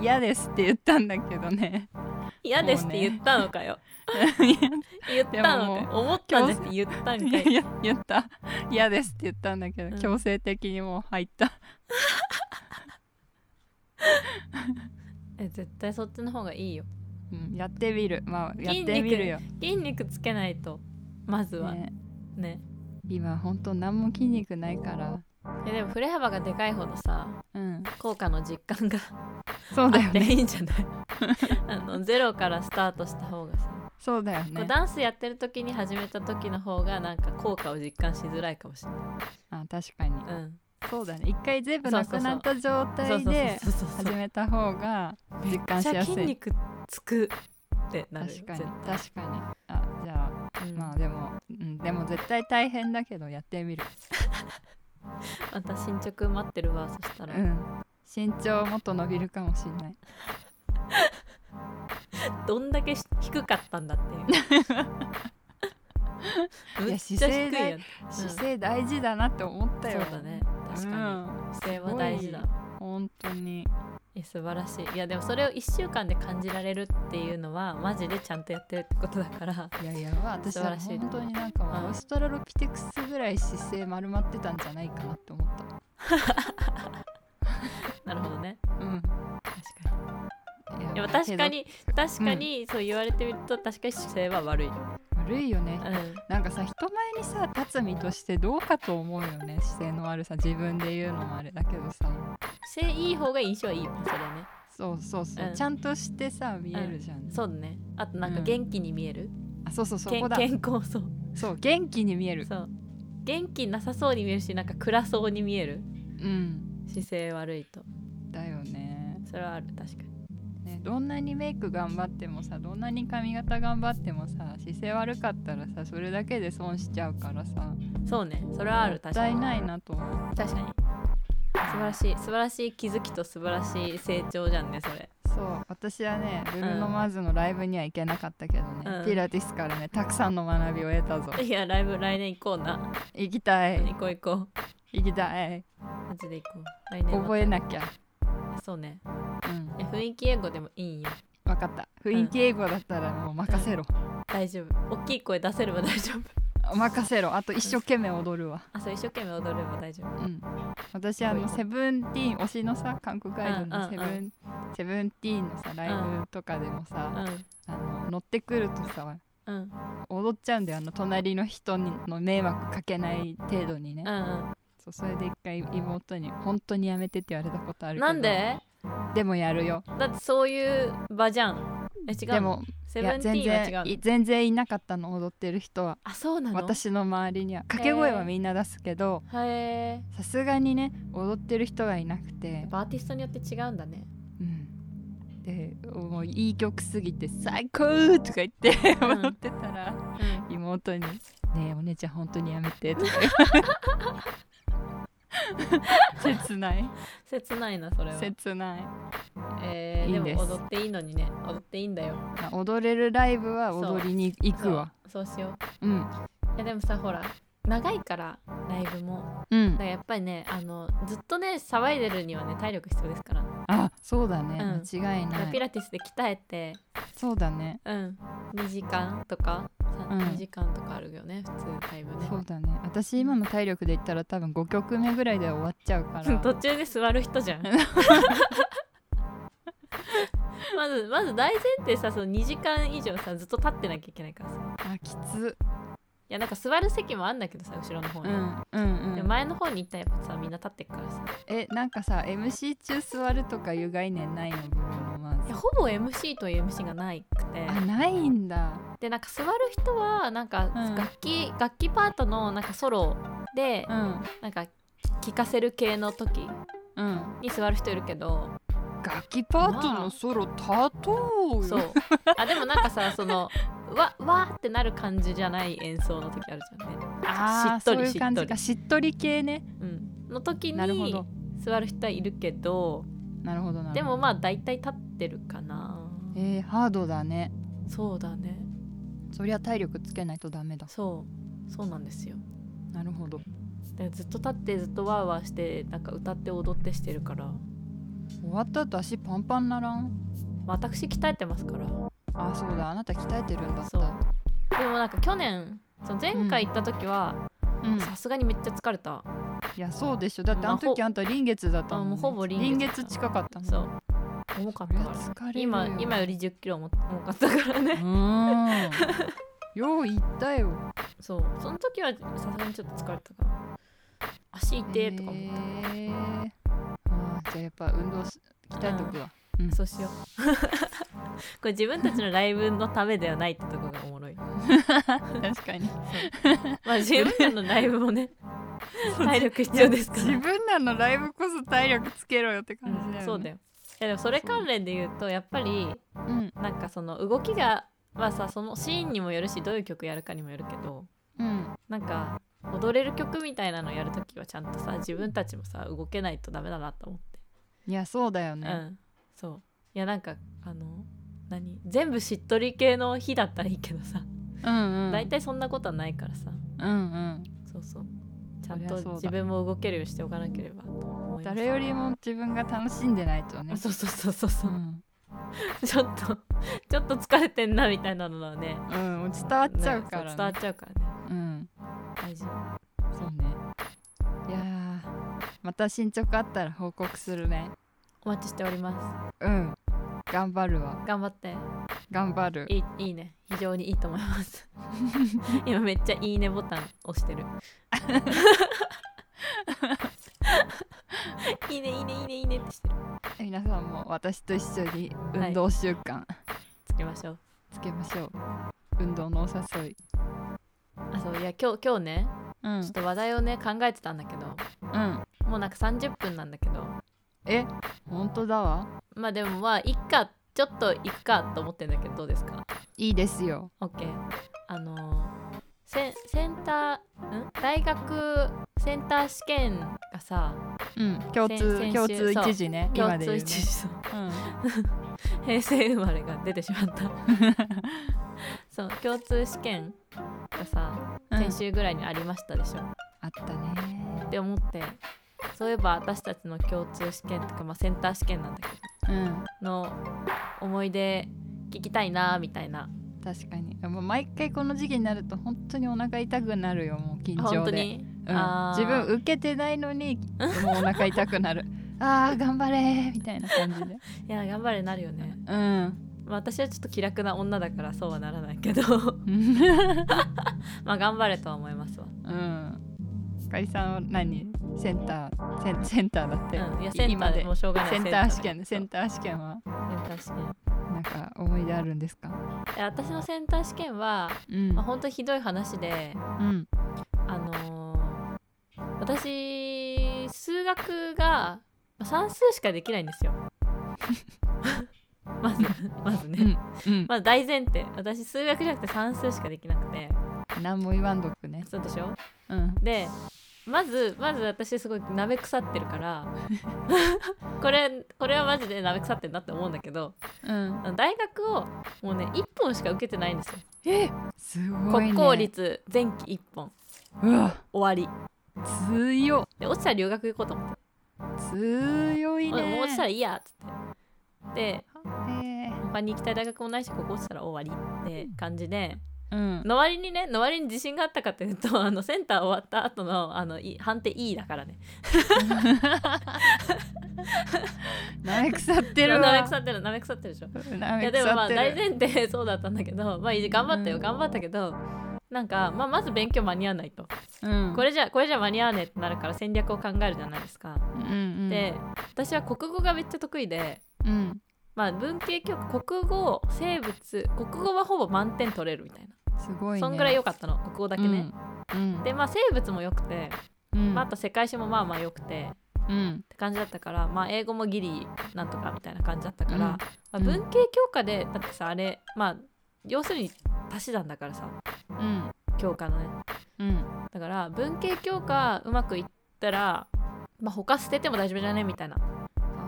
Speaker 2: 嫌ですって言ったんだけどね
Speaker 1: 嫌ですって言ったのかよ、言ったのか
Speaker 2: で
Speaker 1: よ思ったんですって言ったん
Speaker 2: い
Speaker 1: か
Speaker 2: や
Speaker 1: い
Speaker 2: いや (laughs) 言った嫌ですって言ったんだけど、
Speaker 1: うん
Speaker 2: 強制的にもう入った
Speaker 1: え絶対そっちの方がいいよ
Speaker 2: うん、やってみるまあやっ
Speaker 1: 筋肉
Speaker 2: てみるよ、
Speaker 1: 筋肉つけないとまずはね
Speaker 2: ね、今ほんと何も筋肉ないから
Speaker 1: えでも振れ幅がでかいほどさ
Speaker 2: うん
Speaker 1: 効果の実感が
Speaker 2: そう
Speaker 1: あ
Speaker 2: だよ
Speaker 1: って
Speaker 2: ね
Speaker 1: いいんじゃない (laughs) あのゼロからスタートした方がさ、
Speaker 2: そうだよ
Speaker 1: こう
Speaker 2: ね
Speaker 1: ダンスやってる時に始めた時の方がなんか効果を実感しづらいかもしれな
Speaker 2: あ確かに
Speaker 1: い、うん、
Speaker 2: そうだね一回全部なくなった状
Speaker 1: そう
Speaker 2: 態
Speaker 1: そう
Speaker 2: で
Speaker 1: そうそうそう
Speaker 2: 始めた方が実感
Speaker 1: じゃ
Speaker 2: し
Speaker 1: あ
Speaker 2: やす
Speaker 1: 筋
Speaker 2: い
Speaker 1: 肉つくってなるよ
Speaker 2: 確かに
Speaker 1: 絶
Speaker 2: 確かにあじゃあ
Speaker 1: 対うん
Speaker 2: まあでも、うん、でも絶対大変だけどやってみる
Speaker 1: また進捗待ってるわそした
Speaker 2: う
Speaker 1: ら、
Speaker 2: ん身長もっと伸びるかもしんない
Speaker 1: どんだけし低かったんだ (laughs)
Speaker 2: (laughs)
Speaker 1: っていう
Speaker 2: い
Speaker 1: め
Speaker 2: や
Speaker 1: っちゃ低いやん
Speaker 2: 姿勢大事だなって思っ
Speaker 1: そ
Speaker 2: たよ、
Speaker 1: うだね確かに、姿勢は大事だ
Speaker 2: す本当に
Speaker 1: いや素晴らしいいやでもそれを1週間で感じられるっていうのはマジでちゃんとやってるってことだから (laughs)
Speaker 2: いやいや私
Speaker 1: 素晴
Speaker 2: は
Speaker 1: らしい
Speaker 2: 本当になんかもう
Speaker 1: うん
Speaker 2: オーストラロピテクスぐらい姿勢丸まってたんじゃないかなって思った
Speaker 1: なるほどね
Speaker 2: うん
Speaker 1: 確かに
Speaker 2: い
Speaker 1: いや確か
Speaker 2: だけ
Speaker 1: に確かにそう言われてみると確かに姿勢は悪い、うん、
Speaker 2: ど悪いよねなんかさ人前にさ立つ身としてどうかと思うよね姿勢の悪さ自分で言うのもあれだけどさ
Speaker 1: 姿勢いい方が印象はいいよねそれはね
Speaker 2: そうそうそう、
Speaker 1: うん
Speaker 2: ちゃんとしてさ見えるじゃん、
Speaker 1: そうだねあとなんか元気に見える、
Speaker 2: あそうそうそ
Speaker 1: け
Speaker 2: こ
Speaker 1: ん
Speaker 2: だ
Speaker 1: 健康そう
Speaker 2: そう元気に見える
Speaker 1: そう元気なさそうに見えるしなんか暗そうに見える
Speaker 2: うん
Speaker 1: 姿勢悪いと
Speaker 2: だよね
Speaker 1: それはある確かに
Speaker 2: ねどんなにメイク頑張ってもさどんなに髪型頑張ってもさ姿勢悪かったらさそれだけで損しちゃうからさ
Speaker 1: そうねそれはある
Speaker 2: もっ
Speaker 1: 確
Speaker 2: た
Speaker 1: か
Speaker 2: い
Speaker 1: に
Speaker 2: ないなと思う
Speaker 1: 確かに素晴らしい素晴らしい気づきと素晴らしい成長じゃんねそれ
Speaker 2: そう私はねブルーノ・マーズのライブには行けなかったけどね、
Speaker 1: うん
Speaker 2: ピラティスからねたくさんの学びを得たぞ
Speaker 1: いやライブ来年行こうな
Speaker 2: 行きたい
Speaker 1: 行こう行こう
Speaker 2: 行きたい
Speaker 1: マジで行こう来年
Speaker 2: 覚え
Speaker 1: な
Speaker 2: なきゃ
Speaker 1: そうね
Speaker 2: うん
Speaker 1: いや雰囲気英語でもいいよ
Speaker 2: 分かった雰囲気英語だったらもう任せろ、
Speaker 1: 大丈夫大きい声出せれば大丈夫
Speaker 2: 任せろあと一生懸命踊るわ
Speaker 1: あそう一生懸命踊れば大丈夫
Speaker 2: うん私あのセブンティーン推しのさ韓国アイドルのセブン、
Speaker 1: うんうんう
Speaker 2: セブンティーンのさライブとかでもさ、あの乗ってくるとさ
Speaker 1: うんうん
Speaker 2: 踊っちゃうんだよあの隣の人にの迷惑かけない程度にね、
Speaker 1: うん
Speaker 2: そうそれで一回妹に「本当にやめて」って言われたことあ
Speaker 1: う
Speaker 2: る
Speaker 1: ん
Speaker 2: けど
Speaker 1: なんで
Speaker 2: でもやるよ
Speaker 1: だってそういう場じゃんえ違うの
Speaker 2: でも
Speaker 1: セ
Speaker 2: い
Speaker 1: ブ
Speaker 2: や
Speaker 1: ンティ
Speaker 2: 全
Speaker 1: ーン
Speaker 2: 然
Speaker 1: は違う
Speaker 2: い
Speaker 1: の
Speaker 2: 全然いなかったの踊ってる人は
Speaker 1: あそうなの
Speaker 2: 私の周りには掛け声はみんな出すけど
Speaker 1: へえ
Speaker 2: さすがにね踊ってる人がいなくて
Speaker 1: アーティストによって違うんだね
Speaker 2: うん、でもういい曲すぎて「最高!」とか言って
Speaker 1: ん
Speaker 2: (laughs) 踊ってたら、妹に「ねえお姉ちゃん本当にやめて」とか
Speaker 1: (laughs)
Speaker 2: 言われて切ない
Speaker 1: 切ないなそれは
Speaker 2: 切ない、
Speaker 1: えー
Speaker 2: いいん
Speaker 1: で
Speaker 2: です
Speaker 1: も踊っていいのにね踊っていいんだよ
Speaker 2: まあ踊れるライブは踊りに行くわ
Speaker 1: そうそうしよ
Speaker 2: ううん
Speaker 1: ういやでもさほら長いからライブも
Speaker 2: うん
Speaker 1: だからやっぱりねあのずっとね騒いでるにはね体力必要ですから,、
Speaker 2: あそうだね、
Speaker 1: うん
Speaker 2: 間違いな
Speaker 1: ピ
Speaker 2: い
Speaker 1: ラティスで鍛えて
Speaker 2: そうだね
Speaker 1: うん2時間とか
Speaker 2: うん
Speaker 1: 3時間とかあるよね、普通タイムね
Speaker 2: そうだね私今の体力で言ったら多分5曲目ぐらいで終わっちゃう
Speaker 1: (laughs)
Speaker 2: から
Speaker 1: 途中で座る人じゃ (laughs) んまずまず大前提さその2時間以上さずっと立ってなきゃいけないからさ
Speaker 2: あきつ
Speaker 1: いやなんか座る席もあんだけどさ後ろの方
Speaker 2: う
Speaker 1: に、
Speaker 2: んうん
Speaker 1: でも
Speaker 2: うん
Speaker 1: 前の方に行ったらやっぱさみんな立ってっからさ
Speaker 2: えなんかさ MC 中座るとかいう概念ないのブルーノ・マー
Speaker 1: い
Speaker 2: ズ
Speaker 1: やほぼ MC という MC がないくて
Speaker 2: あないんだ
Speaker 1: でなんか座る人はなんか
Speaker 2: うん
Speaker 1: 楽器、楽器パートのなんかソロで
Speaker 2: うん
Speaker 1: なんか聴かせる系の時
Speaker 2: うん
Speaker 1: に座る人いるけど
Speaker 2: 楽器パートのソロ立とうよ、
Speaker 1: そうあでもなんか
Speaker 2: (laughs)
Speaker 1: さそのわわーってなる感じじゃない演奏の時あるじゃんね、
Speaker 2: あ
Speaker 1: し
Speaker 2: ー
Speaker 1: っとり
Speaker 2: そういう感じかしっとり系ね
Speaker 1: うん、の時
Speaker 2: なるほど
Speaker 1: に座る人はいるけど
Speaker 2: なるほどなるほど
Speaker 1: でもまあ大体立ってるかな
Speaker 2: えー、ハードだね
Speaker 1: そうだね
Speaker 2: そりゃ体力つけないとダメだ
Speaker 1: そうそうなんですよ
Speaker 2: なるほど
Speaker 1: でずっと立ってずっとワーワーしてなんか歌って踊ってしてるから
Speaker 2: 終わった後足パンパンならん
Speaker 1: 私鍛えてますから
Speaker 2: あそうだあなた鍛えてるんだった
Speaker 1: そうでもなんか去年その前回行った時は
Speaker 2: うんい
Speaker 1: さすがにめっちゃ疲れた、
Speaker 2: やそうでしょだって
Speaker 1: まあ
Speaker 2: あの時あんた臨月だったもん、ね、
Speaker 1: あもうほぼ臨月
Speaker 2: 臨近かったもん
Speaker 1: そう重かったから
Speaker 2: そりゃ疲れるよ
Speaker 1: 今今より1 0キロも重かったから
Speaker 2: う (laughs)
Speaker 1: ね (laughs)
Speaker 2: ーんよう言ったよ
Speaker 1: そうその時はさすがにちょっと疲れたから足痛えとかも、
Speaker 2: えーあーじゃあやっぱ運動し鍛えとくわ、うん
Speaker 1: そう (laughs) しようこれ自分たちのライブのためではないってとこがおもろい
Speaker 2: 確かに
Speaker 1: まあ自分らのライブも
Speaker 2: (laughs)
Speaker 1: ね体力必要ですから
Speaker 2: 自分らのライブこそ体力つけろよって感じだよ、ね
Speaker 1: うんそうだよいやでもそれ関連で言うとやっぱり
Speaker 2: うん
Speaker 1: なんかその動きがまあさそのシーンにもよるしどういう曲やるかにもよるけど
Speaker 2: うん
Speaker 1: なんか踊れる曲みたいなのやるときはちゃんとさ自分たちもさ動けないとダメだなと思って、
Speaker 2: いやそうだよ
Speaker 1: う
Speaker 2: ね、
Speaker 1: んそういやなんかあの何全部しっとり系の日だったらいいけどさ
Speaker 2: うん、うんうん
Speaker 1: 大体、そんなことはないからさ
Speaker 2: うんうん
Speaker 1: そうそうちゃん
Speaker 2: そ
Speaker 1: と
Speaker 2: りゃそうだ
Speaker 1: 自分も動けるようにしておかなければと思います
Speaker 2: 誰よりも自分が楽しんでないとね
Speaker 1: あそうそうそうそうそうう、 (laughs)
Speaker 2: ん、
Speaker 1: ちょっとちょっと疲れてんなみたいなのはね
Speaker 2: うん、伝わっちゃうか
Speaker 1: ね
Speaker 2: らね
Speaker 1: そう伝わっちゃうからね
Speaker 2: うん
Speaker 1: 大事
Speaker 2: そうねいやーまた進捗あったら報告するね
Speaker 1: お待ちしておりま
Speaker 2: うん頑張るわ
Speaker 1: す頑張って
Speaker 2: 頑張る
Speaker 1: いいいいね非常にいいと思います
Speaker 2: (laughs)
Speaker 1: 今めっちゃいいねボタン押してるいいねいいねいいねいいねってしてる
Speaker 2: 皆さんも私と一緒に運動習慣
Speaker 1: つけましょう
Speaker 2: つけましょう、運動のお誘い
Speaker 1: あそういや今日今日ね
Speaker 2: うん
Speaker 1: ちょっと話題をね考えてたんだけど
Speaker 2: うん
Speaker 1: もうなんか30分なんだけど
Speaker 2: え本当だわ
Speaker 1: まあでもまあいっかちょっといくかと思ってんだけどどうですか
Speaker 2: いいですよ
Speaker 1: OK あのーセンセンターん大学センター試験がさ
Speaker 2: うん、共
Speaker 1: 先
Speaker 2: 通
Speaker 1: 週
Speaker 2: 共通一時ね今
Speaker 1: 共
Speaker 2: で言
Speaker 1: 通
Speaker 2: うね
Speaker 1: 一次そう
Speaker 2: うん
Speaker 1: 平成生まれが出てしまった
Speaker 2: (laughs)
Speaker 1: そう共通試験がさ
Speaker 2: うん
Speaker 1: 先週ぐらいにありましたでしょ、
Speaker 2: あったね
Speaker 1: って思ってそういえば私たちの共通試験とか、まあ、センター試験なんだけ
Speaker 2: うん
Speaker 1: どの思い出聞きたいなみたいな
Speaker 2: 確かにもう毎回この時期になると本当にお腹痛くなるよもう緊
Speaker 1: あ
Speaker 2: 張
Speaker 1: 本当
Speaker 2: で
Speaker 1: に、
Speaker 2: うん
Speaker 1: あー
Speaker 2: 自分受けてないのにもうお腹痛く
Speaker 1: (laughs)
Speaker 2: なるあー頑張れーみたいな感じで
Speaker 1: いや頑張れなるよね、
Speaker 2: うん (laughs)
Speaker 1: まあ、私はちょっと気楽な女だからそうはならないけど (laughs) まあ頑張れとは思いますわ、
Speaker 2: うんかりさんは何センターセンセンターだって、
Speaker 1: うん、いやセンタ
Speaker 2: 今
Speaker 1: ーで
Speaker 2: で
Speaker 1: もうしょうがない
Speaker 2: センター試験セン
Speaker 1: タ
Speaker 2: ター試験は
Speaker 1: ーでセンター試験
Speaker 2: なんか思い出あるんですか
Speaker 1: いや私のセンター試験は、
Speaker 2: うん
Speaker 1: まあ、本当ひどい話で
Speaker 2: うん
Speaker 1: あのー私数学がまあ算数しかできないんですよ。 (laughs) まずまずね、 (laughs)
Speaker 2: うん
Speaker 1: まず大前提私数学じゃなくて算数しかできなくて
Speaker 2: 何も言わんどくね
Speaker 1: そうでしょ
Speaker 2: うん
Speaker 1: でまずまず私すごいなめ腐ってるから (laughs) これこれはマジでなめ腐ってんなって思うんだけど
Speaker 2: うん
Speaker 1: あの大学をもうね1本しか受けてないんですよ。
Speaker 2: えすごい、ね、
Speaker 1: 国公立前期1本
Speaker 2: うわ
Speaker 1: 終わり
Speaker 2: 強
Speaker 1: で落ちたら留学行こうと思って
Speaker 2: 強いね
Speaker 1: もう落ちたらいいやっつってで
Speaker 2: えー
Speaker 1: 他に行きたい大学もないしここ落ちたら終わりって感じで
Speaker 2: うん
Speaker 1: の割にねの割に自信があったかというと (laughs) あのセンター終わった後のあのい判定 E だからね
Speaker 2: なめくさってるわ
Speaker 1: なめ腐ってるなめ腐ってるでしょ
Speaker 2: ない
Speaker 1: や
Speaker 2: めく
Speaker 1: でもま
Speaker 2: さっ
Speaker 1: あ
Speaker 2: てる
Speaker 1: 大前提そうだったんだけどまあいい頑張ったよ、
Speaker 2: うん
Speaker 1: 頑張ったけどなんか、まあ、まず勉強間に合わないと
Speaker 2: うん
Speaker 1: これじゃこれじゃ間に合わねえってなるから戦略を考えるじゃないですか、
Speaker 2: うんうん
Speaker 1: で私は国語がめっちゃ得意で
Speaker 2: うん
Speaker 1: まあ文系教科国語生物国語はほぼ満点取れるみたいな
Speaker 2: すごいね
Speaker 1: そんぐらい良かったの国語だけね、
Speaker 2: うんうん
Speaker 1: でまあ生物も良くて、
Speaker 2: うん
Speaker 1: まあ、あと世界史もまあまあ良くて
Speaker 2: うん
Speaker 1: って感じだったからまあ英語もギリなんとかみたいな感じだったから、
Speaker 2: うん
Speaker 1: まあ、
Speaker 2: うん
Speaker 1: 文系教科でだってさあれまあ要するに足し算だからさ
Speaker 2: うん
Speaker 1: 教科のね
Speaker 2: うん
Speaker 1: だから文系教科うまくいったらまあ他捨てても大丈夫じゃねみたいな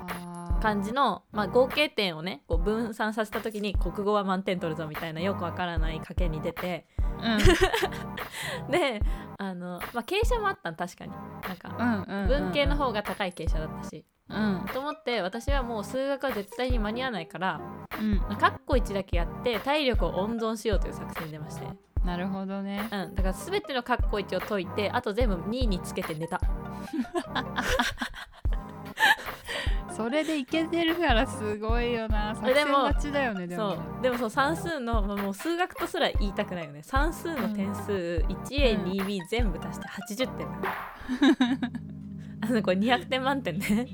Speaker 2: あー
Speaker 1: 感じの、まあ、合計点をねこう分散させた時に国語は満点取るぞみたいなよくわからない賭けに出てであの、まあ、傾斜もあったの確かになんか
Speaker 2: うんうんうんうん
Speaker 1: 文系の方が高い傾斜だったし、
Speaker 2: うん
Speaker 1: と思って私はもう数学は絶対に間に合わないから
Speaker 2: うん
Speaker 1: カッコ1だけやって体力を温存しようという作戦に出まして、うん、
Speaker 2: なるほどね
Speaker 1: だから全てのカッコ1を解いてあと全部2につけて寝た
Speaker 2: それでいけてるからすごいよな作
Speaker 1: で
Speaker 2: 戦
Speaker 1: も
Speaker 2: 勝ちだよねで
Speaker 1: そ
Speaker 2: も
Speaker 1: うでもそう算数の、まあ、もう数学とすら言いたくないよね算数の点数 1A2B 全部足して80点だよあのこれ200点満点ね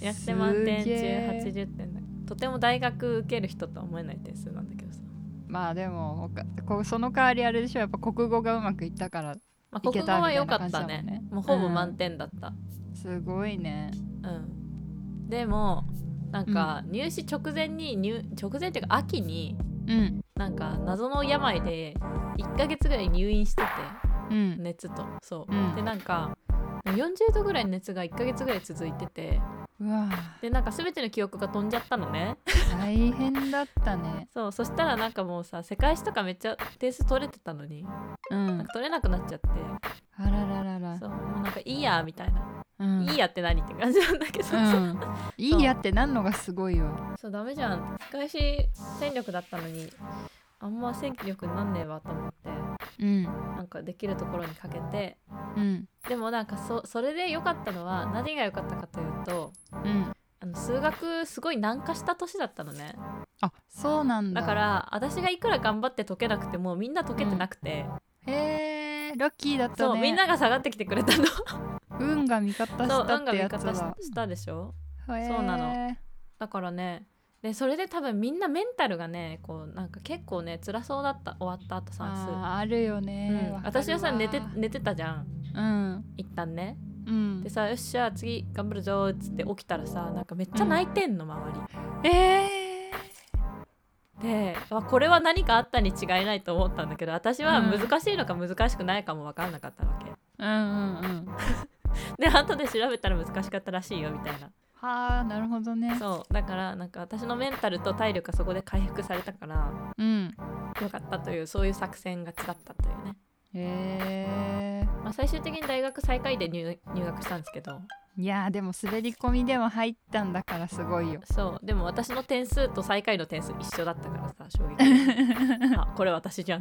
Speaker 1: 200点満点
Speaker 2: すげ
Speaker 1: 中
Speaker 2: え
Speaker 1: 80点だとても大学受ける人とは思えない点数なんだけどさ、
Speaker 2: まあでも他こうその代わりあれでしょやっぱ国語がうまくいったから
Speaker 1: まあ、
Speaker 2: い
Speaker 1: 国
Speaker 2: け
Speaker 1: 語
Speaker 2: たみ
Speaker 1: は
Speaker 2: たい
Speaker 1: 良
Speaker 2: な
Speaker 1: か
Speaker 2: 感
Speaker 1: っ
Speaker 2: じだ
Speaker 1: た
Speaker 2: もん
Speaker 1: ね
Speaker 2: ね
Speaker 1: もうほぼ満点だった、
Speaker 2: すごいね
Speaker 1: うん、でもなんか入試直前に入直前っていうか秋に
Speaker 2: うん
Speaker 1: なんか謎の病で1ヶ月ぐらい入院してて
Speaker 2: うん
Speaker 1: 熱とそう、
Speaker 2: うん
Speaker 1: でなんか40度ぐらいの熱が1ヶ月ぐらい続いてて
Speaker 2: うわ
Speaker 1: でなんか全ての記憶が飛んじゃったのね
Speaker 2: (laughs) 大変だったね
Speaker 1: そうそしたらなんかもうさ世界史とかめっちゃ点数取れてたのに
Speaker 2: うん
Speaker 1: なんか取れなくなっちゃって
Speaker 2: あらららら
Speaker 1: そうもうなんかいいやみたいな、
Speaker 2: うん
Speaker 1: いいやって何って感じなんだけど、
Speaker 2: うんいいやってなんのがすごいよ
Speaker 1: そうダメじゃん使いし戦力だったのにあんま戦力になんねえわと思って
Speaker 2: うん
Speaker 1: なんかできるところにかけて
Speaker 2: うん
Speaker 1: でもなんかそそれで良かったのは何が良かったかというと
Speaker 2: うん
Speaker 1: あの数学すごい難化した年だったのね
Speaker 2: あそうなんだ
Speaker 1: だから私がいくら頑張って解けなくてもみんな解けてなくて、
Speaker 2: へえラッキーだったね
Speaker 1: そうみんなが下がってきてくれた
Speaker 2: (laughs)
Speaker 1: のそう
Speaker 2: 運が味方した
Speaker 1: 運
Speaker 2: っ
Speaker 1: が
Speaker 2: てや
Speaker 1: 味
Speaker 2: つだ
Speaker 1: 方ししたでしょ
Speaker 2: へえ
Speaker 1: そうなのだからねでそれで多分みんなメンタルがねこうなんか結構ね辛そうだった終わった後算数。
Speaker 2: あーあるよ
Speaker 1: う
Speaker 2: ね、
Speaker 1: ん
Speaker 2: わかるわ
Speaker 1: 私はさ寝て寝てたじゃん
Speaker 2: うん
Speaker 1: 一旦ね
Speaker 2: うん
Speaker 1: でさよっしゃ次頑張るぞーっつって起きたらさなんかめっちゃ泣いてんの、周り
Speaker 2: ええ
Speaker 1: でわこれは何かあったに違いないと思ったんだけど私は
Speaker 2: うん
Speaker 1: 難しいのか難しくないかも分かんなかったわけ
Speaker 2: うんうんうん
Speaker 1: で後で調べたら難しかったらしいよみたいな
Speaker 2: はあなるほどね
Speaker 1: そうだからなんか私のメンタルと体力がそこで回復されたから
Speaker 2: うん
Speaker 1: よかったというそういう作戦がちだったというね、
Speaker 2: へえ
Speaker 1: まあ、最終的に大学最下位で入入学したんですけど
Speaker 2: いやーでも滑り込みでも入ったんだからすごいよ
Speaker 1: そうでも私の点数と最下位の点数一緒だったからさ衝撃 (laughs) あこれ私じゃん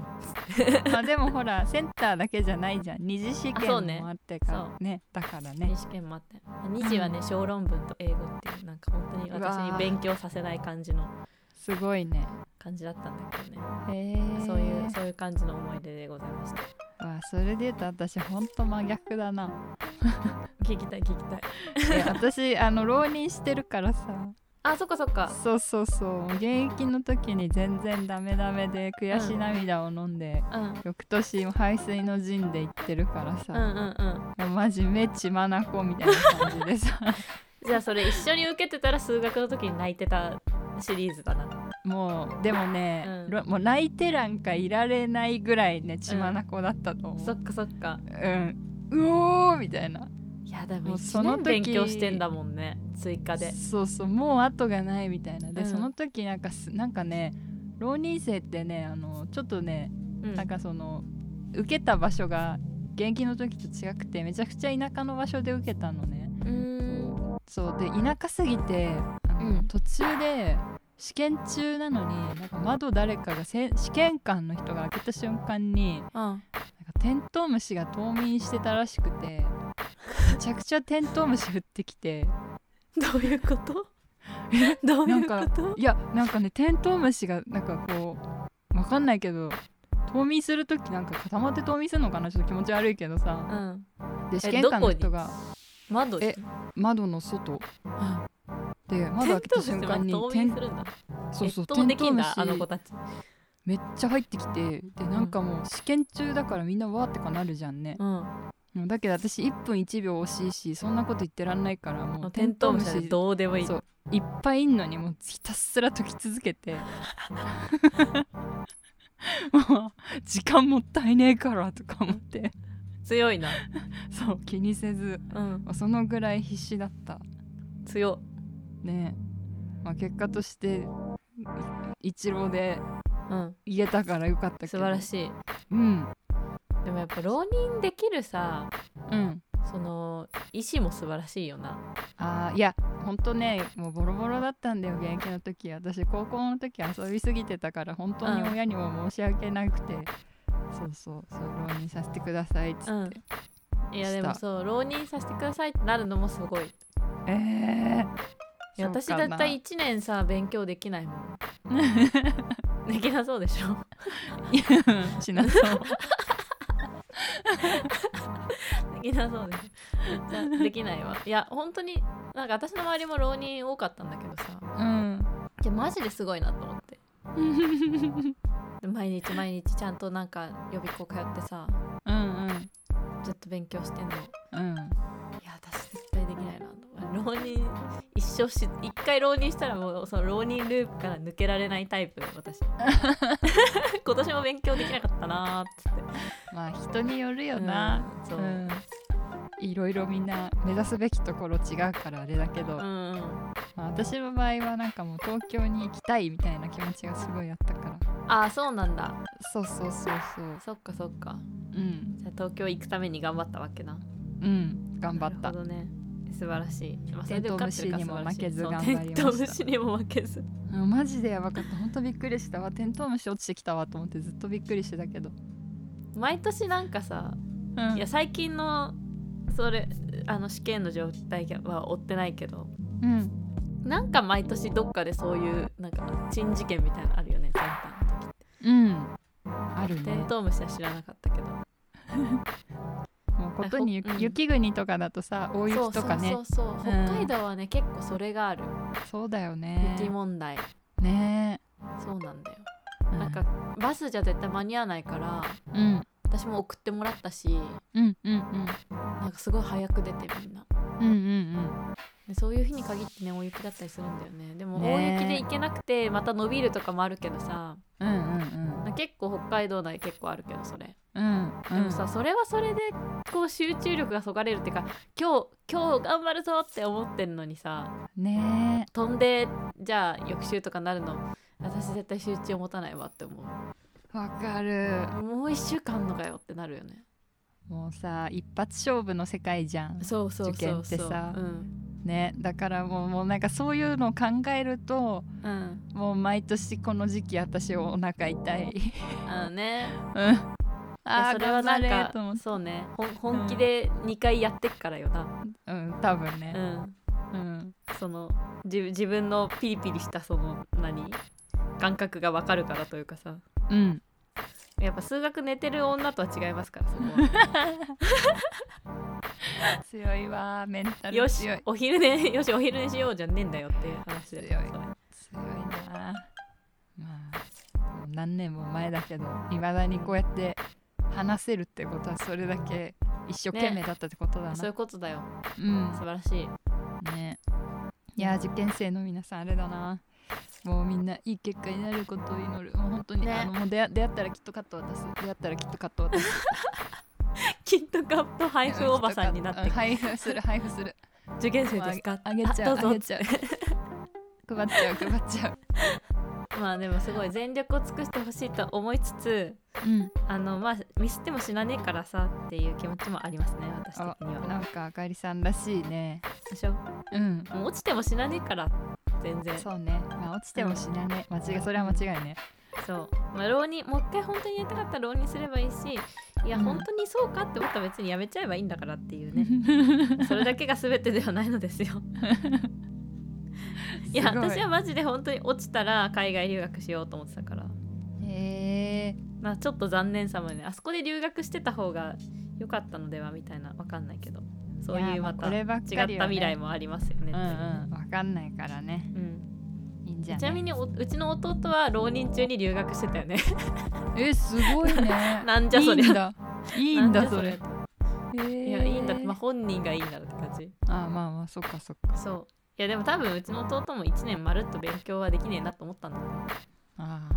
Speaker 2: まあでもほらセンターだけじゃないじゃん二次試
Speaker 1: あそう
Speaker 2: 験
Speaker 1: ね
Speaker 2: もあってからねだからね
Speaker 1: 二試験もあって2次はね小論文と英語っていうなんか本当に私に勉強させない感じの
Speaker 2: すごいね
Speaker 1: 感じだったんだけどね
Speaker 2: へえ
Speaker 1: そういうそういう感じの思い出でございました
Speaker 2: わあそれで言うと私ほんと真逆だな
Speaker 1: 聞きたい聞きたい
Speaker 2: いや私あの浪人してるからさ
Speaker 1: あそっかそっか
Speaker 2: そうそうそう現役の時に全然ダメダメで悔し涙を飲んで、
Speaker 1: うんうん
Speaker 2: 翌年排水の陣で行ってるからさ、い
Speaker 1: うんうん
Speaker 2: やマジ目血まなこみたいな感じでさ
Speaker 1: じゃあそれ一緒に受けてたら数学の時に泣いてたシリーズだな
Speaker 2: もうでもね、
Speaker 1: うん
Speaker 2: ろもう泣いてなんかいられないぐらいね血まなこだったと思
Speaker 1: そうっ、かそっか
Speaker 2: うん、うおーみたいない
Speaker 1: やで
Speaker 2: も
Speaker 1: も
Speaker 2: う
Speaker 1: 一
Speaker 2: その
Speaker 1: 年
Speaker 2: 時
Speaker 1: 勉強してんだもんね追加で
Speaker 2: そうそうもう後がないみたいなで、
Speaker 1: うん
Speaker 2: その時なんかすなんかね浪人生ってねあのちょっとね
Speaker 1: うん
Speaker 2: なんかその受けた場所が現役の時と違くてめちゃくちゃ田舎の場所で受けたのね
Speaker 1: うーん
Speaker 2: そうで田舎すぎてあの、
Speaker 1: うん
Speaker 2: 途中で試験中なのになんか窓誰かがせ試験官の人が開けた瞬間に
Speaker 1: あ
Speaker 2: なんかテントウムシが冬眠してたらしくてめちゃくちゃテントウムシ降ってきて
Speaker 1: どういうことどういうこ
Speaker 2: なん
Speaker 1: と
Speaker 2: いやなんかねテントウムシがなんかこうわかんないけど冬眠する時なんか固まって冬眠するのかなちょっと気持ち悪いけどさ
Speaker 1: うん
Speaker 2: で試験官の人が
Speaker 1: 窓に
Speaker 2: え窓の外
Speaker 1: うん
Speaker 2: で窓開けた瞬間に
Speaker 1: テントウムシ
Speaker 2: テ
Speaker 1: って冬眠するんだ
Speaker 2: ンそうそう
Speaker 1: 越
Speaker 2: テ
Speaker 1: 冬で
Speaker 2: ント
Speaker 1: き
Speaker 2: ウ
Speaker 1: ん
Speaker 2: ム
Speaker 1: だ
Speaker 2: シ
Speaker 1: あの子たち
Speaker 2: めっちゃ入ってきてでなんかもう試験中だからみんなわーってかなるじゃんね、
Speaker 1: うん
Speaker 2: うんだけど私1分1秒惜しいしそんなこと言ってらんないからもう
Speaker 1: テントウムシはどうでもいい
Speaker 2: そういっぱいいんのにもうひたすら解き続けて (laughs) もう時間もったいねえからとか思って
Speaker 1: 強いな
Speaker 2: そう気にせず
Speaker 1: うん
Speaker 2: まあそのぐらい必死だった
Speaker 1: 強
Speaker 2: ねまあ、結果としてい一浪で
Speaker 1: うん
Speaker 2: 言えたからよかったけど
Speaker 1: 素晴ら
Speaker 2: い
Speaker 1: しい
Speaker 2: うん
Speaker 1: でもやっぱ浪人できるさ
Speaker 2: うん
Speaker 1: その意思も素晴らしいよな
Speaker 2: あーいやほんとねもうボロボロだったんだよ現役の時私高校の時遊びすぎてたから本当に
Speaker 1: うん
Speaker 2: 親にも申し訳なくて、そうそうそう浪人させてくださいっつって、
Speaker 1: うんいやでも
Speaker 2: した
Speaker 1: そう浪人させてくださいってなるのもすごい
Speaker 2: え
Speaker 1: いや私だったら1年さ勉強できないもんできなそうでしょ
Speaker 2: (laughs) いしな
Speaker 1: (laughs)
Speaker 2: そう
Speaker 1: できなそうでしょめっちゃできない (laughs) わいや本当になんか私の周りも浪人多かったんだけどさ
Speaker 2: うん
Speaker 1: いやマジですごいなと思ってで毎日毎日ちゃんとなんか予備校通ってさ
Speaker 2: うんうん
Speaker 1: ずっと勉強してんのい
Speaker 2: うん
Speaker 1: や私絶対できないなと浪人一生し一回浪人したらもうその浪人ループから抜けられないタイプ (laughs) 私今年も勉強できなかったなーっつって
Speaker 2: まあ人によるよな、
Speaker 1: うん
Speaker 2: う
Speaker 1: そ
Speaker 2: ん
Speaker 1: う、うん
Speaker 2: いろいろみんな目指すべきところ違うからあれだけど、
Speaker 1: うん
Speaker 2: まあ、私の場合はなんかもう東京に行きたいみたいな気持ちがすごいあったから
Speaker 1: ああそうなんだ
Speaker 2: そうそうそうそう
Speaker 1: そっかそっか
Speaker 2: うん
Speaker 1: じゃあ東京行くために頑張ったわけな
Speaker 2: うん頑張っ
Speaker 1: な
Speaker 2: た
Speaker 1: るほどね素晴らしい、まあ
Speaker 2: テントウムシにも負けず
Speaker 1: そう
Speaker 2: 頑張りました
Speaker 1: テントウムシにも負けず
Speaker 2: うんマジでやばかったほんとびっくりしたわテントウムシ落ちてきたわと思ってずっとびっくりしてたけど、
Speaker 1: 毎年なんかさ
Speaker 2: うん
Speaker 1: いや最近のそれあの試験の状態は追ってないけど
Speaker 2: うん
Speaker 1: なんか毎年どっかでそういうなんか珍事件みたいなのあるよね全般
Speaker 2: うんある
Speaker 1: テ
Speaker 2: ね
Speaker 1: ントウムシは知らなかったけど
Speaker 2: もうことに雪,、
Speaker 1: うん
Speaker 2: 雪国とかだとさ大雪とかね
Speaker 1: そ
Speaker 2: そう
Speaker 1: うそうそうそう
Speaker 2: うん
Speaker 1: 北海道はね、結構それがある
Speaker 2: だよね
Speaker 1: 雪問題
Speaker 2: ね
Speaker 1: そうなんだよ
Speaker 2: え
Speaker 1: なんかバスじゃ絶対間に合わないから
Speaker 2: うん
Speaker 1: 私も送ってもらったし
Speaker 2: うんうんうん
Speaker 1: なんかすごい早く出てみんな
Speaker 2: うんうん
Speaker 1: でそういう日に限ってね大雪だったりするんだよねでも
Speaker 2: ね
Speaker 1: 大雪で行けなくてまた伸びるとかもあるけどさ、
Speaker 2: うんうんうん
Speaker 1: な結構北海道内結構あるけどそれ
Speaker 2: うんうん
Speaker 1: でもさ、それはそれでこう集中力がそがれるっていうか今日今日頑張るぞって思ってるのにさ
Speaker 2: ね
Speaker 1: 飛んでじゃあ翌週とかなるの私絶対集中持たないわって思う
Speaker 2: えわかる
Speaker 1: もう1週間あんのかよってなるよね
Speaker 2: もうさ一発勝負の世界じゃん
Speaker 1: そうそうそうそう
Speaker 2: 受験ってさ
Speaker 1: うん
Speaker 2: ねだからもうもうなんかそういうのを考えると
Speaker 1: うん
Speaker 2: もう毎年この時期私お腹痛い
Speaker 1: あのね
Speaker 2: うん
Speaker 1: い
Speaker 2: あ
Speaker 1: や
Speaker 2: あ
Speaker 1: それは
Speaker 2: 頑
Speaker 1: な
Speaker 2: 張
Speaker 1: ん
Speaker 2: れ
Speaker 1: か
Speaker 2: と思って
Speaker 1: そうねほん本気で2回やってっからよな
Speaker 2: うん多分
Speaker 1: う
Speaker 2: ね
Speaker 1: ん
Speaker 2: うん
Speaker 1: そのじ自分のピリピリしたその何感覚がわかるからというかさ
Speaker 2: うん
Speaker 1: やっぱ数学寝てる女とは違いますからそ
Speaker 2: (laughs)
Speaker 1: こは
Speaker 2: 強いわメンタル
Speaker 1: よし
Speaker 2: 強い
Speaker 1: お昼寝 (laughs) よしお昼寝しようじゃねえんだよっていう話で
Speaker 2: 強い強いなまあもう何年も前だけどいまだにこうやって話せるってことはそれだけ一生懸命だったってことだな、
Speaker 1: そういうことだよ
Speaker 2: うん
Speaker 1: 素晴らしい
Speaker 2: ねいやー受験生の皆さんあれだなもうみんないい結果になることを祈るもう本当に、
Speaker 1: ね
Speaker 2: あのもう出会出会ったらきっとカット渡す出会ったらきっとカット渡す
Speaker 1: キットカット配布おばさんになって
Speaker 2: うん配布する配布する
Speaker 1: 受験生ですか
Speaker 2: あげちゃう
Speaker 1: あ
Speaker 2: あ
Speaker 1: どう
Speaker 2: げ
Speaker 1: ぞ
Speaker 2: ちゃう配っちゃう配っちゃう
Speaker 1: まあでもすごい全力を尽くしてほしいと思いつつ
Speaker 2: うん
Speaker 1: あのまあミスっても死なねえからさっていう気持ちもありますね私的には
Speaker 2: なんかあかりさんらしいね
Speaker 1: でしょ
Speaker 2: うん
Speaker 1: もう落ちても死なねえから全然
Speaker 2: そうねまあ落ちても死なね間違いそれは間違いね
Speaker 1: そう、まあ、浪人もう一回本当にやりたかったら浪人すればいいしいや
Speaker 2: うん
Speaker 1: 本当にそうかって思ったら別にやめちゃえばいいんだからっていう
Speaker 2: (laughs)
Speaker 1: ねそれだけが全てではないのですよいや
Speaker 2: すご
Speaker 1: 私はマジで本当に落ちたら海外留学しようと思ってたから
Speaker 2: へえ
Speaker 1: まあちょっと残念さもねあそこで留学してた方が良かったのではみたいなわかんないけどそう
Speaker 2: い
Speaker 1: い
Speaker 2: や
Speaker 1: う
Speaker 2: まあ
Speaker 1: また違
Speaker 2: これ
Speaker 1: っ
Speaker 2: ばっかり
Speaker 1: た
Speaker 2: はね
Speaker 1: 未来もありますよね
Speaker 2: うんうんわかんないからね
Speaker 1: うんうん
Speaker 2: いいんじゃない
Speaker 1: ちなみにおうちの弟は浪人中に留学してたよ
Speaker 2: (laughs)
Speaker 1: ね
Speaker 2: えすごいね
Speaker 1: なんじゃそりゃ
Speaker 2: いいんだいいんだそれ
Speaker 1: なんじゃそ
Speaker 2: えー
Speaker 1: いやいいんだって、まあ、本人がいいんだろうって感じ
Speaker 2: あまあまあそっかそっか
Speaker 1: そういやでも多分うちの弟も1年まるっと勉強はできねえなと思ったんだ
Speaker 2: あ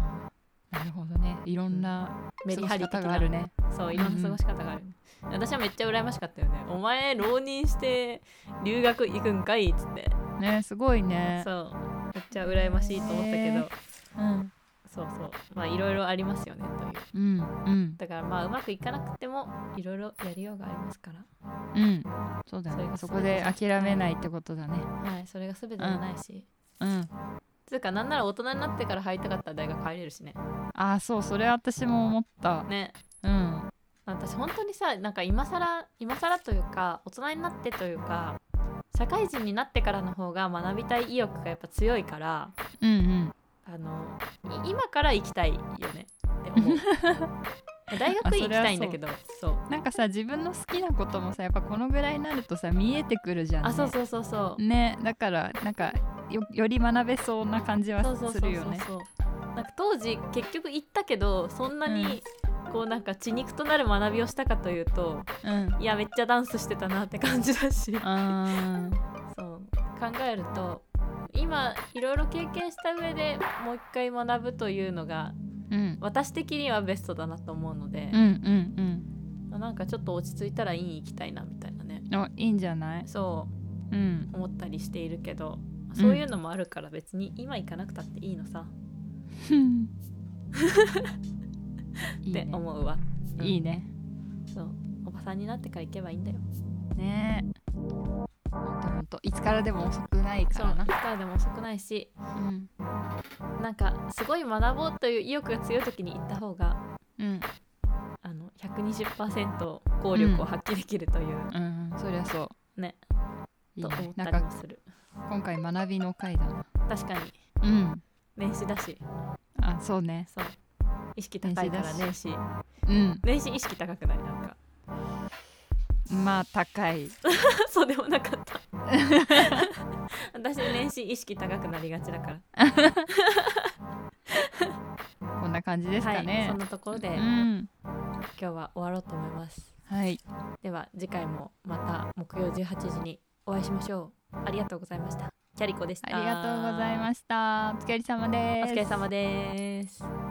Speaker 2: ーなるほどねいろんな
Speaker 1: メリハリ
Speaker 2: 過
Speaker 1: 的
Speaker 2: ごし方
Speaker 1: な
Speaker 2: があるね
Speaker 1: そういろんな過ごし方がある、私はめっちゃ羨ましかったよねお前浪人して留学行くんかいっつって
Speaker 2: ねすごいね
Speaker 1: そうめっちゃ羨ましいと思ったけど、
Speaker 2: ねうん
Speaker 1: そうそうまあいろいろありますよねという
Speaker 2: うんうん
Speaker 1: だからまあうまくいかなくてもいろいろやりようがありますから
Speaker 2: うんそうだ
Speaker 1: それ
Speaker 2: ね
Speaker 1: が
Speaker 2: そこで諦めないってことだね
Speaker 1: はいそれが全てじゃないし、
Speaker 2: うん
Speaker 1: つうかなんなら大人になってから入りたかったら大学入れるしね
Speaker 2: あーそうそれ私も思った
Speaker 1: ね
Speaker 2: うん
Speaker 1: 私本当にさなんか今更今更というか大人になってというか社会人になってからの方が学びたい意欲がやっぱ強いから
Speaker 2: うんうん
Speaker 1: あのい今から行きたいよねって (laughs) 思う大学院行きたいんだけどそう
Speaker 2: なんかさ自分の好きなこともさやっぱこのぐらいになるとさ見えてくるじゃん、ね、
Speaker 1: あそうそうそうそう、
Speaker 2: ねだからなんかよより学べそうな感じは
Speaker 1: そうそうそう
Speaker 2: す
Speaker 1: そう
Speaker 2: るよね
Speaker 1: そうなんか当時結局行ったけどそんなにこうなんか血肉となる学びをしたかというと
Speaker 2: うん
Speaker 1: いやめっちゃダンスしてたなって感じだし
Speaker 2: あ
Speaker 1: そう考えると今いろいろ経験した上でもう一回学ぶというのが
Speaker 2: ーうん
Speaker 1: 私的にはベストだなと思うので
Speaker 2: う、んうん
Speaker 1: なんかちょっと落ち着いたら院行きたいなみたいなね
Speaker 2: うんあいいんじゃない
Speaker 1: そ
Speaker 2: うん
Speaker 1: う思ったりしているけどそういうのもあるから別に今行かなくたっていいのさ、
Speaker 2: (laughs) いい
Speaker 1: って
Speaker 2: ね
Speaker 1: 思うわうん
Speaker 2: いいね
Speaker 1: そうおばさんになってから行けばいいんだよ
Speaker 2: ねほんとほんといつからでも遅くないか
Speaker 1: そう
Speaker 2: ら
Speaker 1: 行
Speaker 2: な
Speaker 1: っからでも遅くないし
Speaker 2: うん
Speaker 1: なんかすごい学ぼうという意欲が強い時に行った方が
Speaker 2: うん
Speaker 1: あの120%効力を発揮できるという、
Speaker 2: うんそりゃそう
Speaker 1: ね
Speaker 2: いい
Speaker 1: と
Speaker 2: ね
Speaker 1: 思っ
Speaker 2: な
Speaker 1: た
Speaker 2: ん
Speaker 1: り
Speaker 2: か
Speaker 1: もする
Speaker 2: 今回学びの回だな
Speaker 1: 確かに
Speaker 2: うん
Speaker 1: 年始だし
Speaker 2: あそうね
Speaker 1: そう意識高いから年
Speaker 2: 年
Speaker 1: 始
Speaker 2: うん
Speaker 1: 年始意識高くないなん
Speaker 2: (laughs)
Speaker 1: か
Speaker 2: まあ高い
Speaker 1: そうでもなかった
Speaker 2: (laughs)
Speaker 1: 私年始意識高くなりがちだから
Speaker 2: こんな感じですか
Speaker 1: はい、そ
Speaker 2: ね
Speaker 1: んなところで
Speaker 2: う
Speaker 1: 今
Speaker 2: ん
Speaker 1: 日は終わろうと思います
Speaker 2: はい
Speaker 1: では次回もまた木曜18時にお会いしましょうありがとうございましたキャリコでした
Speaker 2: ありがとうございましたお疲れ様です
Speaker 1: お疲れ様です